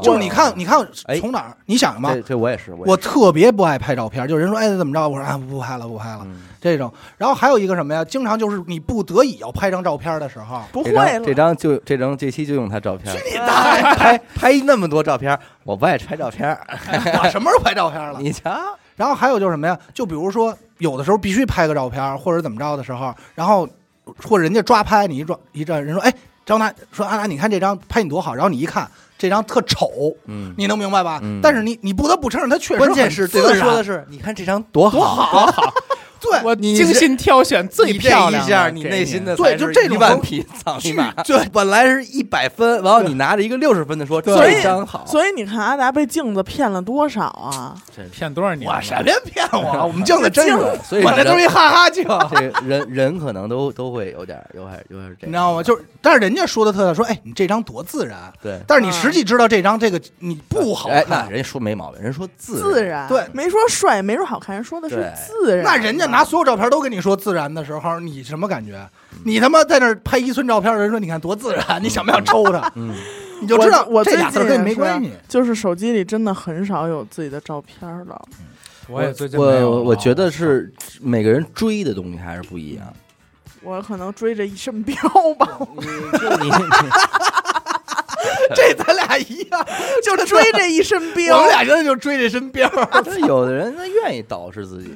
B: 就是你看，你看
A: 哦哎
B: 从哪儿？你想嘛
A: 这，这我也是，我
B: 我
A: 也
B: 特别不爱拍照片儿，就是人说哎怎么着，我说啊不拍了不拍了
A: 嗯
B: 这种。然后还有一个什么呀？经常就是你不得已要拍张照片儿的
A: *laughs*
B: 时候，
C: 不会
A: 这张这
C: 了，
A: 张就这张这期就用他照片，去你大爷！拍拍那么多照片，我不爱拍照片， *laughs*
B: 我什么时候拍照片儿了？
A: 你瞧，
B: 然后还有就是什么呀？就比如说有的时候必须拍个照片儿或者怎么着的时候，然后或者人家抓拍你一抓一照，人说哎张楠说阿达你看这张拍你多好，然后你一看这张特丑，
A: 嗯，
B: 你能明白吧？
A: 嗯
B: 但是你你不得不承认，他确实
A: 关键是对
B: 对
A: 方说的是，你看这张多好，多好，
B: 对
D: 我
A: 你
D: 精心挑选最
A: 你这
D: 漂亮的
A: 一下，啊你
D: 给
A: 内心的
B: 对就这种
A: 一万匹草泥马， *laughs* 对，本来是一百分，然后你拿着一个六十分的说
C: 所以
A: 这张好，
C: 所以你看阿达被镜子骗了多少啊？
D: 骗多少年了？
B: 我谁别骗我，我们镜子真
C: 镜
B: 是
C: 子，
A: 所以
B: 我这
A: 人
B: 都是一哈哈镜，
A: 这人人可能都都会有点有点有点这
B: *laughs*
A: 样，
B: 你知道吗？就是但是人家说的特说哎你这张多自然，
A: 对，
B: 但是你实际知道这张这个你不好
A: 哎，那
B: 看，
A: 人家说没毛病，人说
C: 自
A: 自
C: 然，
B: 对
C: 没说帅，没说好看，说的是
A: 对啊
C: 自然。
B: 那人家拿所有照片都跟你说自然的时候，你什么感觉？
A: 嗯
B: 你他妈在那儿拍一寸照片，人说你看多自然，你想不想抽他？
A: 嗯，
B: *laughs* 你
C: 我
B: 就知道
C: 我
B: 这
C: 最
B: 俩字
C: 近
B: 儿跟你
C: 也
B: 没
C: 是
B: 关系。
C: 就是手机里真的很少有自己的照片了。
D: 我也最近
A: 我
D: 没有
A: 我
D: 了
A: 我觉得是每个人追的东西还是不一样。
C: 我可能追着一身
B: *laughs*
C: 膘吧，
A: 你你
B: 这咱 *laughs* 俩一样，
C: 就是追着一身
B: 我们
C: 膘。
B: 俩真的就追这身边
A: *laughs* 哦
B: 儿。
A: 有的人他愿意捯饬自己，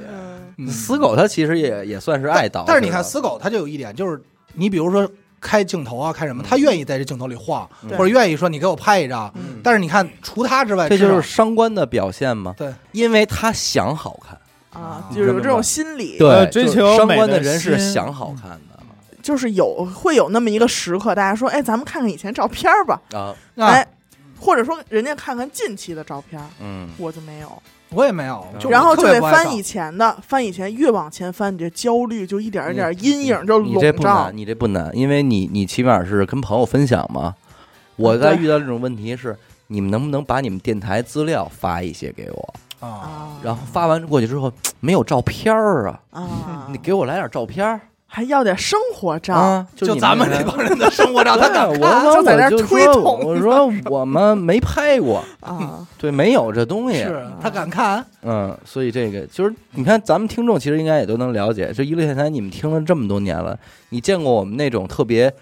C: 嗯，
A: 死狗他其实也也算是爱捯饬的，
B: 但是你看死狗，他就有一点，就是你比如说开镜头啊，开什么，他愿意在这镜头里晃，
A: 嗯
B: 或者愿意说你给我拍一张。
C: 嗯
B: 但是你看，除他之外，
A: 这就
B: 至少
A: 是伤官的表现吗？
B: 对，
A: 因为他想好看，
C: 啊，就是有这种心理，
D: 呃追
A: 就
D: 求
A: 伤
D: 美
A: 官
D: 的
A: 人是
D: 心
A: 想好看的
C: 就是有会有那么一个时刻，大家说，哎，咱们看看以前照片吧，
A: 啊，
B: 啊，
C: 哎，或者说人家看看近期的照片，
A: 嗯，
C: 我就没有，
B: 我也没有，就
C: 然后
B: 啊我
C: 就
B: 特别
C: 得
B: 不爱
C: 翻
B: 照
C: 以前的，翻以前，越往前翻，你这焦虑就一点一点阴影就
A: 你这
C: 笼
A: 不
C: 罩
A: 难，。你这不难，因为你你起码是跟朋友分享嘛。我在
C: 对
A: 遇到这种问题是，你们能不能把你们电台资料发一些给我？
B: 啊，
C: 啊
A: 然后发完过去之后，没有照片儿啊，
C: 啊，
A: 你给我来点照片儿。
C: 还要点生活照，
A: 啊，就
B: 就
A: 你
B: 咱们
A: 这
B: 这帮人的生活
A: *laughs*
B: 照，他敢
A: 对，
C: 看
A: 我
C: 就在那
A: 我
C: 儿
A: 就
C: 推
A: 说，
C: 桶
A: 我说我们没拍过，
B: 嗯
C: 啊，
A: 对，没有这东西，
B: 是他敢看，
A: 嗯，所以这个就是你看，咱们听众其实应该也都能了解，这一路电台你们听了这么多年了，你见过我们那种特别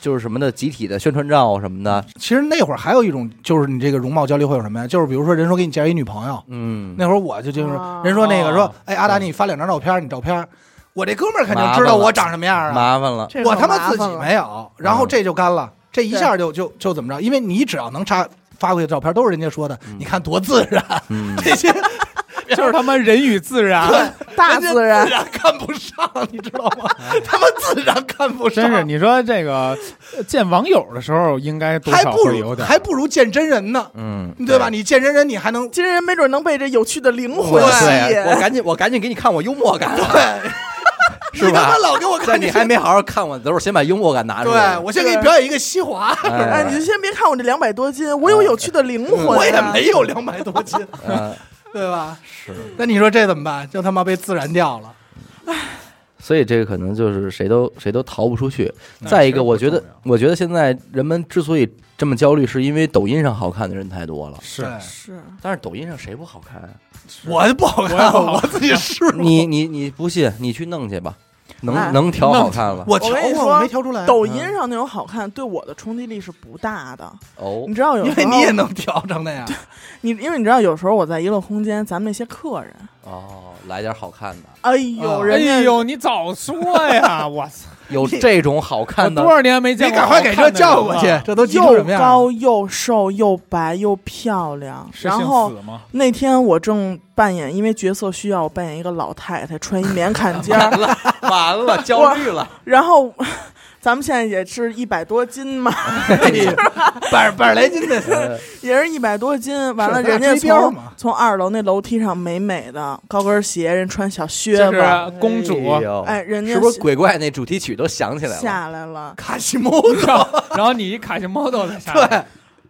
A: 就是什么的集体的宣传照什么的，
B: 其实那会儿还有一种，就是你这个容貌焦虑会有什么呀？就是比如说人说给你介绍一女朋友，
A: 嗯，
B: 那会儿我就就是
C: 啊
B: 人说那个说
D: 哦，
B: 哎，阿达
A: 嗯
B: 你发两张照片，你照片，我这哥们儿肯定
A: 麻
B: 知道
A: 烦了
B: 我长什么样啊，
A: 麻烦
B: *laughs*
A: 了，
C: 这
B: 我
C: 可
B: 他妈
C: 麻
B: 自己
C: 烦了
B: 没有，然后
A: 嗯
B: 这就干了，这一下就就就怎么着？因为你只要能查发过去的照片，都是人家说的，你看多自然，
A: 嗯，
B: 这些
D: *laughs* 就是他妈人与自 *laughs* 然，
C: 啊 *laughs* 大
B: 人家
C: 自然
B: 自然看不上，你知道吗？ *laughs* 他们自然看不上，
D: 真是你说这个呃见网友的时候，应该多
B: 还
D: 少
B: 不
D: 会
B: 如
D: 有点
B: 还不如见真人呢，
A: 嗯，
B: 对 *laughs* 吧？你见真人，你还能 *laughs*
C: 今天人没准能被这有趣的灵
A: 对？
C: 魂吸
A: 对，我
C: 引。
A: 赶紧我赶紧给你看我幽默感，
B: 对，
A: 是
B: *laughs* 你他
A: 吧
B: 妈？老给我
A: 在
B: 看
A: 你
B: 这
A: 还
B: 些，
A: 没好好看我的时候，先把幽默感拿出来。
B: 对我先给你表演一个西华，
C: 哎，
A: 哎，
C: 你就先别看我这两百多斤，我有有趣的灵魂、
B: 嗯 *laughs*
C: 啊
B: 我也没，有两百多斤，
A: 嗯
B: 对吧？
A: 是，
B: 那你说这怎么办？就他妈被自然掉了。
A: 所以这个可能就是谁都谁都逃不出去。再一个，我觉得我觉得现在人们之所以这么焦虑，是因为抖音上好看的人太多了。
D: 是
B: 对
C: 是
A: 但是抖音上谁不好看、啊？
B: 我不好
D: 我也
B: 看，
D: 不好
B: 我自己试过，
A: 你你你不信，你去弄去吧，能、
C: 哎
A: 能调好看了。
B: 我调
C: 我跟你
B: 过，
C: 说
B: 我没调出来。
C: 抖音上那种好看，对我的冲击力是不大的。
A: 哦
C: 你，知道有
B: 因
C: 时
B: 为
C: 候
B: 你也能调成那样，
C: 你因为你知道有时候我在娱乐空间，咱们那些客
B: 嗯
C: 人，
A: 哦，来点好看的，
C: 哎呦，
B: 啊
C: 人家、
D: 哎呦，你早说呀！我操，
A: 有这种好
D: 我
A: 看的
D: 多，少年没
B: 你
D: 见过
B: 赶
D: 好看
B: 快
D: 的
B: 给
D: 人了，啊
B: 这叫过去，这都急成什
C: 又
B: 么样了？
C: 高又瘦又白又漂亮，
D: 是
C: 然
D: 姓
C: 后
D: 死吗？
C: 那天我正扮演，因为角色需要，我扮演一个老太太，穿一棉坎肩儿
A: *laughs* 完了，焦虑了。
C: 然后咱们现在也是一百多斤嘛， *laughs*
B: 百百来斤的，
A: 呃
C: 也是一百多斤。完了，
B: 是
C: 人家
B: 追标
C: 从
B: 嘛
C: 从二楼那楼梯上美美的高跟鞋，人穿小靴
D: 这
A: *laughs*
C: 子，
D: 是公主，
A: 哎呦
C: 哎人家
A: 是不是鬼怪那主题曲都想起来了？
C: 下来了。
B: 卡西莫
D: 然后然后你一卡西 model 的下来，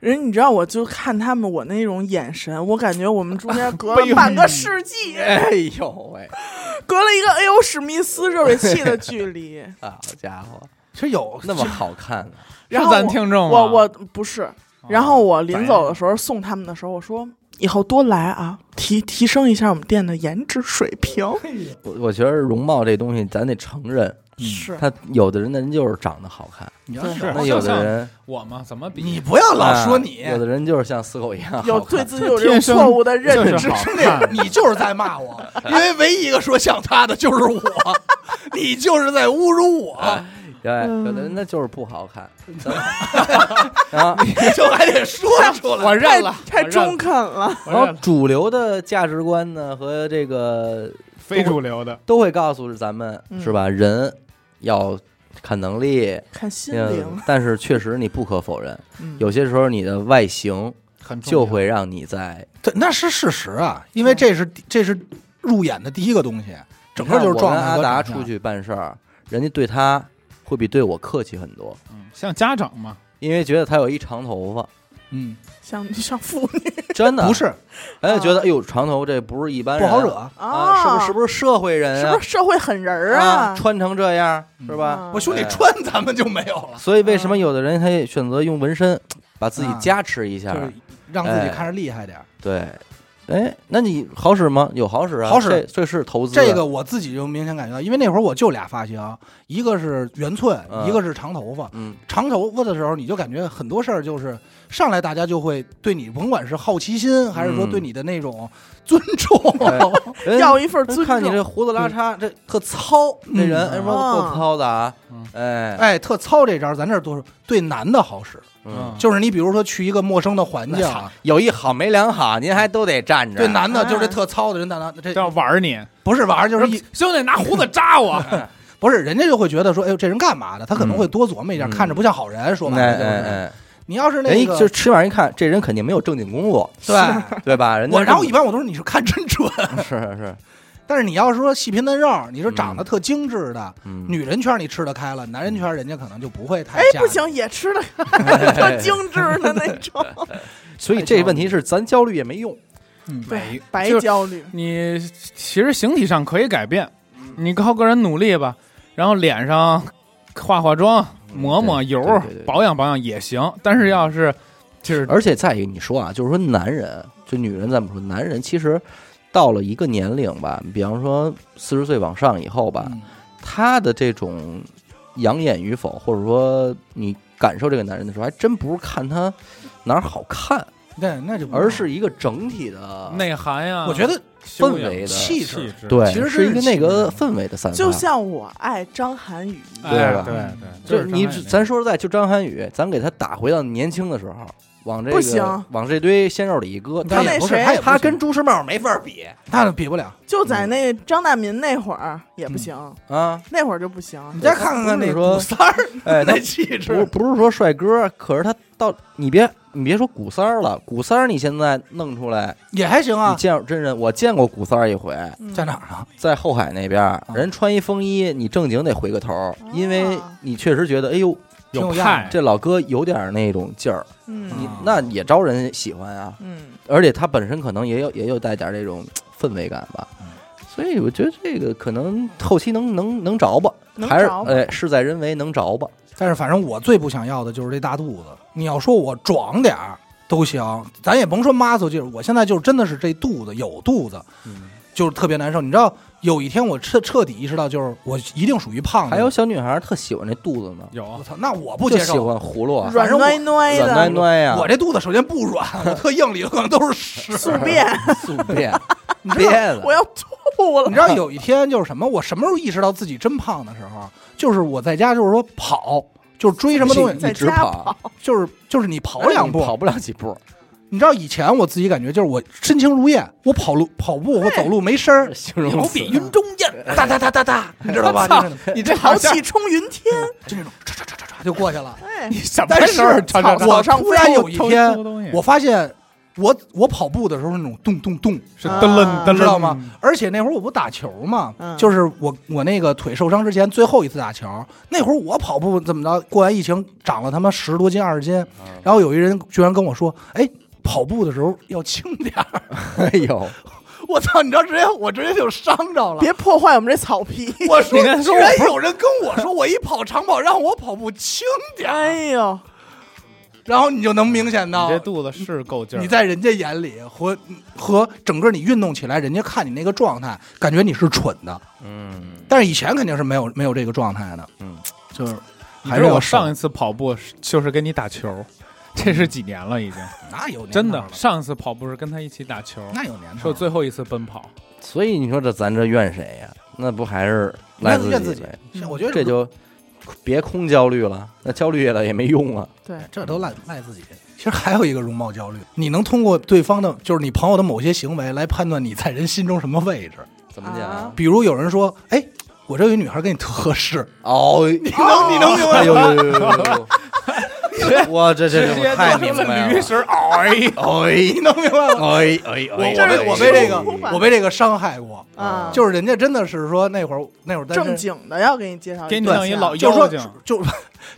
B: 对，
C: 人你知道，我就看他们我那种眼神，我感觉我们中间
A: *laughs*
C: 隔
D: 哎
C: 了
D: 呦
C: 半个世纪，
A: 哎呦喂，
C: 隔了一个哎呦史密斯热水器的距离。
A: 啊好家伙，
B: 是有
A: 那么好看呢、
C: 然
D: 是
C: 后
D: 咱
C: 我
D: 听众吗
C: 我我不是，然后我临走
D: 白
C: 的时候送他们的时候，我说以后多来啊，提提升一下我们店的颜值水平。
A: 我我觉得容貌这东西，咱得承认，
C: 嗯是，
A: 他有的人的人就是长得好看，
B: 你
C: 对
A: 那有的人
D: 我吗？怎么比
B: 你不要老说你，
A: 哎有的人就是像死狗一样好看，
C: 有对自己有这种
D: 天生
C: 错误的认
D: 就
C: 知。
D: 是好
B: 兄
D: 看
B: 弟，你就是在骂我，因为唯一一个说像他的就是我， *laughs* 你就是在侮辱我，
A: 对，有的人那就是不好看。然后，
B: 你 *laughs* 就还得说出来。哎
D: 我认了，
C: 太
D: 我认
C: 中
D: 了，
C: 肯
D: *laughs*
C: 了，
D: 我
A: 然后
D: 认了
A: 主流的价值观呢和这个
D: 非主流的，
A: 都会告诉咱们
C: 嗯
A: 是吧？人要看能力，
C: 看心
A: 嗯
C: 灵，，
A: 但是确实你不可否认，
C: 嗯
A: 有些时候你的外形
D: 很重要
A: 就会让你在
B: 对，那是事实啊，因
D: 嗯
B: 为这是这是入眼的第一个东西，整个就是
A: 撞
B: 状态
A: 阿
B: 和啊
A: 达
B: 长
A: 出
B: 相。
A: 去办事儿，人家对他会比对我客气很多，
D: 嗯像家长嘛，
A: 因为觉得他有一长头
B: *laughs*
A: 发，
B: 嗯，
C: 像像妇女
A: 真的
B: 不，是啊
A: 人家觉得哎呦长头这不是一般
B: 不
A: 人
B: 好惹。
A: 啊，是不是是
C: 不
A: 不是社会人
C: 是
A: 啊
C: 不？是社会狠人儿
A: 啊，
C: 啊？
A: 穿成这样
B: 嗯
A: 是吧？
C: 啊
B: 我兄弟
A: 哎
B: 穿咱们就没有了，
A: 所以为
B: 嗯
A: 什么有的人他也选择用纹身，把自己加持一
B: 啊就
A: 下？
B: 是让自己看着厉害点儿。
A: 对，哎，那你好使吗？有好使啊，
B: 好使
A: 这这是投资。
B: 这个我自己就明显感觉到，因为那会儿我就俩发型，一个是圆寸，
A: 嗯
B: 一个是长头发。 *laughs*
A: 嗯，
B: 长头发的时候，你就感觉很多事儿就是上来大家就会对你，甭管是好奇心，还是
A: 嗯
B: 说对你的那种尊重，
A: 哎人
C: 要一份尊
A: 看你
C: 重，
A: 这胡子拉碴，这特糙，这人
B: 嗯
A: 哎说够糙的啊
D: 嗯，
A: 哎，
B: 哎，特糙这招，咱这儿多说对男的好使，
A: 嗯，
B: 就是你比如说去一个陌生的环境啊，
A: 有一好没两好，您还都得站着。
B: 对男的
C: 哎
B: 就是这特糙的人，但他
D: 这
B: 这
D: 要玩你，
B: 不是玩儿，就是一
D: 兄弟拿胡子扎我， *laughs*
B: 不是人家就会觉得说，哎呦这人干嘛的？他可能会多琢磨一下，
A: 嗯
B: 看着不像好人，说白
A: 哎
B: 了就
A: 哎
B: 是。
A: 哎，
B: 你要是
A: 人
B: 那
A: 一就
B: 个
A: 吃完一看，这人肯定没有正经工作，
B: *laughs* 对。
A: *laughs* 对吧？人家
B: 我然后一般我都说你是看真准，
A: 是是
B: *laughs*
A: 是，
B: 但是你要是说细皮嫩肉，你说长得特精致的，
A: 嗯，
B: 女人圈你吃得开了，男人圈人家可能就不会太
C: 哎，
B: 嫁
C: 不
B: 你
C: 行，，也吃 *laughs* 的特精致的那种，
A: 所以这问题是咱焦虑也没用，
B: 嗯
C: 对，白
D: 就是
C: 焦虑。
D: 你其实形体上可以改变，你靠个人努力吧。然后脸上化化妆、抹抹油
A: 对对对对、
D: 保养保养也行。但是要是就是
A: 而且再一个，你说啊，就是说男人，就女人咱们说，男人其实到了一个年龄吧，比方说四十岁往上以后吧，
B: 嗯
A: 他的这种养眼与否，或者说你感受这个男人的时候，还真不是看他哪儿好看，
B: 那那就不
A: 而是一个整体的
D: 内涵呀，
B: 我觉得
C: 嗯
D: 修
A: 氛
D: 养
A: 围的
D: 气
B: 气
D: 质，
A: 对，
B: 其实
A: 是
B: 是
A: 一个那个氛围的散发。
C: 就像我爱张涵予一样，
D: 哎
A: 对吧
D: 对
B: 嗯
D: 对，
A: 就是你
D: 张
A: 只
D: 翰也那
A: 咱说实在，就张涵予，咱给他打回到年轻的时候，往这
C: 不
A: 个
C: 行
A: 往这堆鲜肉里一搁，
B: 他
A: 他
C: 那
B: 也不是，
C: 谁
B: 他也不
A: 他
B: 是
A: 跟朱时茂没法比
B: 那比不了。
C: 就在那张大民那会儿也不行，
A: 啊。
C: 那会儿就不行。
B: 你再看看
A: 不
B: 那
A: 是说
B: 古三儿
A: *laughs* 哎，他
B: 那气
A: 不
B: 质，
A: 不是说帅哥，可是他到你别你别说古三儿了，古三儿你现在弄出来，
B: 也还行
A: 你
B: 啊，
A: 见着真人，我见过古三儿一回，
C: 嗯
B: 在哪儿呢？
A: 在后海那边儿，人穿一风衣，你正经得回个头
C: 啊
A: 儿，因为你确实觉得，哎呦，
B: 挺有
D: 有
B: 样
D: 派，
A: 这老哥有点儿那种劲儿，
C: 嗯
A: 你那也招人喜欢啊。
C: 嗯，
A: 而且他本身可能也有也有带点儿这种氛围感吧
B: 嗯。
A: 所以我觉得这个可能后期能能能着吧，
C: 能
A: 还是
C: 着吧
A: 哎事在人为能着吧。
B: 但是反正我最不想要的就是这大肚子。你要说我壮点儿都行，咱也甭说 muscle 劲儿，我现在就是真的是这肚子有肚子，
A: 嗯，
B: 就是特别难受。你知道，有一天我彻彻底意识到，就是我一定属于胖子。
A: 还有，小女孩儿特喜欢这肚子呢，
D: 有
B: 我操，那我不
A: 就
B: 接
A: 喜
B: 受。
A: 欢啊葫芦啊，
C: 软
B: 反
C: 歪歪
A: 软
C: 的
A: 软软呀，
B: 我这肚子首先不软，我特硬里头可能都是屎。 *laughs*
C: 宿便，
A: 宿 *laughs* 便
B: 你知
A: 憋
B: 道，
A: 的
C: 我。要吐
B: 你
C: 了。
B: 知道有一天就是什么？我什么时候意识到自己真胖的时候？就是我在家，就是说跑，就是追什么东
A: 你
B: 西，
C: 在
A: 一直
C: 家
A: 跑，
B: 就是就是你跑
A: 哎
B: 两
A: 你
B: 步，
A: 跑不了几步，
B: 你知道以前我自己感觉就是我身轻如燕，我跑路跑步我走路没声儿，
A: 形容
B: 牛
A: 词
B: 比云中雁，哒哒哒
A: *laughs*
B: 哒哒，你知道吧？就是那种
D: 你这
C: 豪气冲云天，
B: 就那种唰唰唰唰唰就过去了。
C: 哎，
D: 什么
B: 但是
D: 事儿？尝尝
C: 草
D: 尝
B: 我
C: 草上
B: 突然
C: 飞
B: 有一天
D: 偷东西，
B: 我发现我我跑步的时候是那种咚咚咚，
D: 是
C: 啊
D: 噔楞噔嗯
B: 知道
D: 楞
B: 吗？而且那会儿我不打球嘛，
C: 嗯
B: 就是我我那个腿受伤之前最后一次打球，那会儿我跑步怎么着？过完疫情长了他妈十多斤二十斤，然后有一人居然跟我说：“哎，跑步的时候要轻点儿。 *laughs*
A: 哎呦，”
B: 我操！你知道直接我直接就伤着了。
C: 别破坏我们这草皮。
D: *laughs*
B: 我说，
D: 你跟他
B: 居
D: 说
B: 然有人跟我说，我一跑长跑，让我跑步轻点儿，
C: 哎呦，
B: 然后你就能明显
D: 你
B: 到
D: 这肚子是够劲儿。
B: 你在人家眼里和和整个你运动起来，人家看你那个状态，感觉你是蠢的。
A: 嗯，
B: 但是以前肯定是没有没有这个状态的，
A: 嗯，
B: 就是
D: 你
B: 还
D: 知
B: 是
D: 道
B: 要
D: 我
B: 省
D: 上一次跑步是就是跟你打球，这是几年了已经？
B: 那有年
D: 真的
B: 头，了
D: 上一次跑步是跟他一起打球，
B: 那有年
D: 是
B: 头
D: 我
B: 了。
D: 最后一次奔跑。
A: 所以你说这咱这怨谁呀？那不还是赖
B: 怨怨自己
A: 己呗？
B: 像我觉得
A: 这就别空焦虑了，那焦虑了也没用啊。
C: 对，
B: 这都赖赖自己。其实还有一个容貌焦虑，你能通过对方的，就是你朋友的某些行为来判断你在人心中什么位置。
A: 怎么讲啊
C: 啊？
B: 比如有人说：“哎，我这有一女孩跟你特合适。”
C: 啊
A: 哦，你
B: 能你能明白
A: 哎呦呦呦呦呦呦！ *laughs* 哇，这这
D: 直
A: 这
D: 接
A: 我太
D: 做
A: 明
D: 成
A: 白
D: 了
A: 了
D: 驴。舌，哎呀，
A: 哎
B: 你能明白吗？
A: 哎哎
B: 我
A: 哎！
B: 我被我被这个
C: 哎
B: 我被这个伤害过，
C: 啊，
B: 就是人家真的是说那会儿那会儿单身
C: 正，经的要给你介绍，
D: 给你弄一老
B: 就
D: 妖
B: 说
D: 精，
B: 就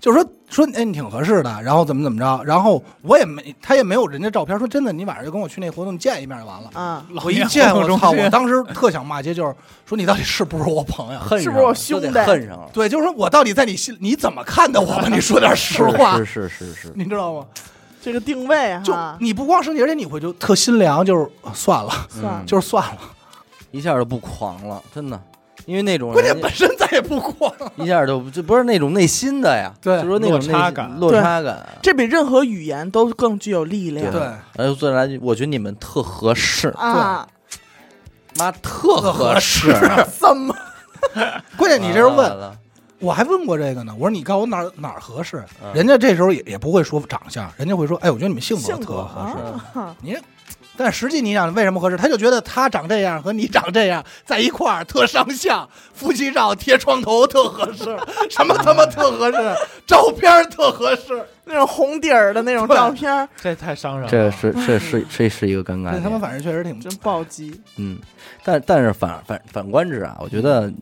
B: 就说说哎你挺合适的，然后怎么怎么着，然后我也没他也没有人家照片，说真的你晚上就跟我去那活动见一面就完了。
C: 啊，
D: 老
B: 我一
D: 年
B: 见
D: 活
B: 我
D: 动
B: 操，
D: 中心
B: 我当时特想骂街，就是说你到底是不是我朋友？
A: 恨
C: 是
A: 上
C: 不是我
A: 了
C: 兄弟
A: 就得恨上
C: *laughs*
A: 了？
B: 对，就是说我到底在你心你怎么看的我吧？你说点实话，
A: 是是是是，
B: *laughs* 你知道吗？
C: 这个定位
B: 就
C: 哈，
B: 你不光生气，而且你会就特心凉，就是啊算了，
A: 嗯
C: 算了
B: 就是算了，
A: 一下就不狂了，真的，因为那种
B: 关键
A: 人
B: 本身咱也不光。
A: 一下就这不是那种内心的呀，
B: 对
A: 就说那种内心
D: 落差感
A: 落差感。
C: 这比任何语言都更具有力量
B: 对，
A: 然后再来，哎我觉得你们特合适，
C: 啊！
A: 妈特合适。
C: 怎么
B: *laughs* 关键你这时候
A: 完
B: 问，
A: 了，
B: 我还问过这个呢，我说你告诉我哪儿哪儿合适
A: 嗯，
B: 人家这时候也也不会说长相，人家会说，哎，我觉得你们性格
C: 性
B: 特
C: 格
B: 合适。
C: 啊？
B: 但实际你想为什么合适？他就觉得他长这样和你长这样在一块儿特上相，夫妻照贴床头特合适， *laughs* 什么他妈特合适，照片儿特合适，
C: 那种红底儿的那种
B: 对
C: 照片儿，
D: 这太伤人了。
A: 这是这是这是一个尴尬
B: 这
A: 点。
B: 他妈反正确实挺
C: 真暴击！
A: 嗯，但但是反反反观之啊，我觉得，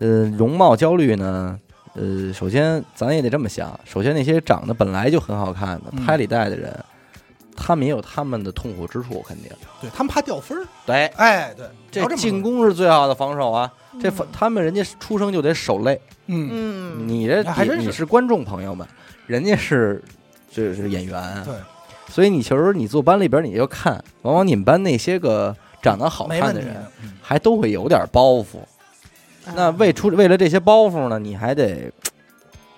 A: 呃，容貌焦虑呢，呃，首先咱也得这么想，首先那些长得本来就很好看的
B: 嗯
A: 拍里带的人，他们也有他们的痛苦之处，肯定。
B: 对他们怕掉分儿，
A: 对，
B: 哎，对，
A: 这
B: 要么说
A: 进，攻是最好的防守啊！这防
C: 嗯
A: 他们人家出生就得守擂，
B: 嗯，
C: 嗯，
A: 你这
B: 那还
A: 你
B: 真是
A: 你是观众朋友们，人家是这是演员啊，
B: 对，
A: 所以你其实你坐班里边你就看，往往你们班那些个长得好
B: 没
A: 看
B: 问
A: 的
B: 题
A: 人，
B: 的，嗯
A: 还都会有点包袱。那为出为了这些包袱呢，你还得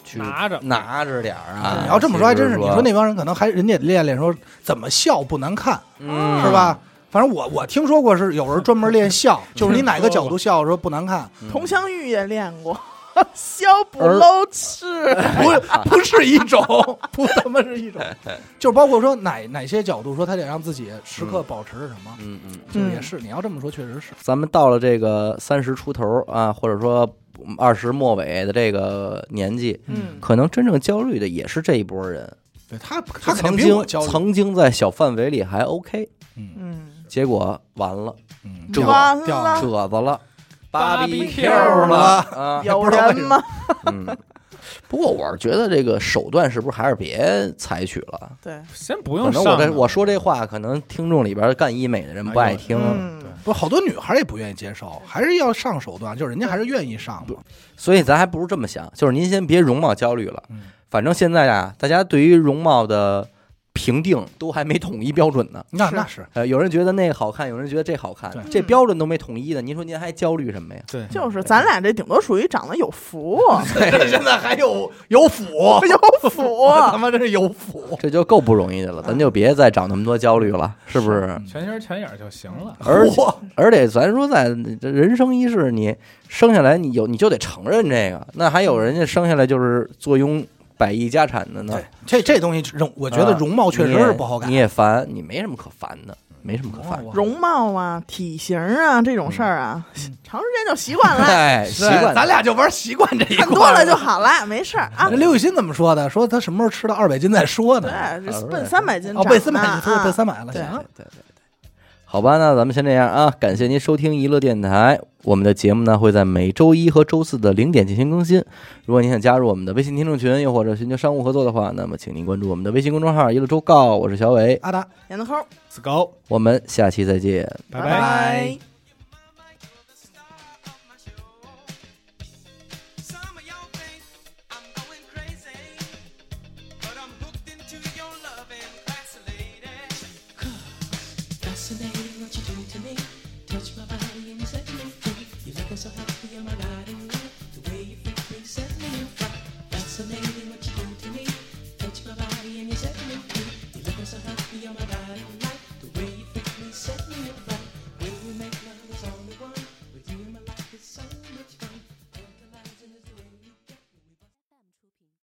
A: 去
D: 拿着
A: 拿着点儿啊。
B: 你要这么说还真是，
A: 其
B: 你
A: 实
B: 说那帮人可能还人家也练练说怎么笑不难看，
A: 嗯
B: 是吧？反正我我听说过是有人专门练笑，就是你哪个角度笑说不难看，
C: 佟湘玉也练过， *laughs* 削不
A: 而
C: 露
B: *laughs*
C: 齿，
A: 嗯
B: 不是不是一种， *laughs* 不他妈是一
A: *laughs*
B: 种，就是包括说哪哪些角度说他得让自己时刻保持什么，
A: 嗯嗯，
B: 就
C: 嗯
B: 也是你要这么说确实是，
A: 咱们到了这个三十出头啊，或者说二十末尾的这个年纪，
C: 嗯，
A: 可能真正焦虑的也是这一波人。
B: 对他他肯
A: 曾
B: 定比我
A: 经
B: 焦虑，
A: 曾经在小范围里还 OK，
B: 嗯
C: 嗯，
A: 结果完了，
B: 嗯，
A: 这
B: 掉
C: 完
B: 掉
C: 了
A: 褶子了。
D: 啊芭比
A: BBQ
D: 了
A: 啊，
C: 有
B: *laughs* 不知道为
C: 人
B: 什么
C: 吗？
A: 嗯。不过我是觉得这个手段是不是还是别采取了？
C: 对，
D: 先不
A: 可
D: 用
A: 能
D: 上
A: 我
D: 了。
A: 这我说这话，可能听众里边干医美的人不爱听。
D: 哎
C: 嗯，
B: 不好多女孩也不愿意接受，还是要上手段，就是人家还是愿意上嘛，
A: 所以咱还不如这么想，就是您先别容貌焦虑了
B: 嗯，
A: 反正现在啊，大家对于容貌的评定都还没统一标准呢。
B: 那
C: 是
B: 那
A: *laughs*
B: 是
A: 呃，有人觉得那个好看，有人觉得这好看
B: 对，
A: 这标准都没统一的，您说您还焦虑什么呀？
D: 对，
C: 就是咱俩这顶多属于长得
B: *laughs*
C: 有福，
B: 现在还有
A: *laughs*
B: 有腐，
C: 有福，
B: 我 *laughs* 他妈真是有腐，
A: 这就够不容易的了，咱就别再长那么多焦虑了，是不是？
D: 全心儿全意儿就行了。
A: 而且
B: 嚯
A: 而且咱说在这人生一世，你生下来你有你就得承认这个，那还有人家生下来就是坐拥百亿家产的呢啊
B: 对，，这这东西容，我觉得容貌确实是不好改哦
A: 你。也烦，你没什么可烦的，没什么可烦的。
C: 容貌啊、体型啊这种事儿啊，
B: 嗯
C: 长时间就习惯了，
A: 哎，习惯，
B: 咱俩就玩 *laughs* 习惯这一块
C: 看
B: 儿
C: 多了就好了，没事儿啊
B: 那。刘雨欣怎么说的？说他什么时候吃到二百斤再说呢？
C: 对，这奔三百斤
B: 哦，
C: 长
B: 被三
C: 呢
B: 百斤，
C: 啊
B: 被三百了，
C: 对
B: 行
A: 对
B: 啊。
A: 对对对，好吧，那咱们先这样啊，感谢您收听娱乐电台，我们的节目呢会在每周一和周四的零点进行更新。如果您想加入我们的微信听众群，又或者寻求商务合作的话，那么请您关注我们的微信公众号“娱乐周告”，我是小伟，
B: 阿达，
C: 闫子抠，
D: 子高，
A: 我们下期再见。
D: 拜
C: 拜拜。
F: Some of y'all think I'm going crazy, but I'm hooked into your love and fascinated.
G: Fascinating what you do to me. Touch my body and you set me free. You're looking so happy in my riding room. The way you freak me set me right. Fascinating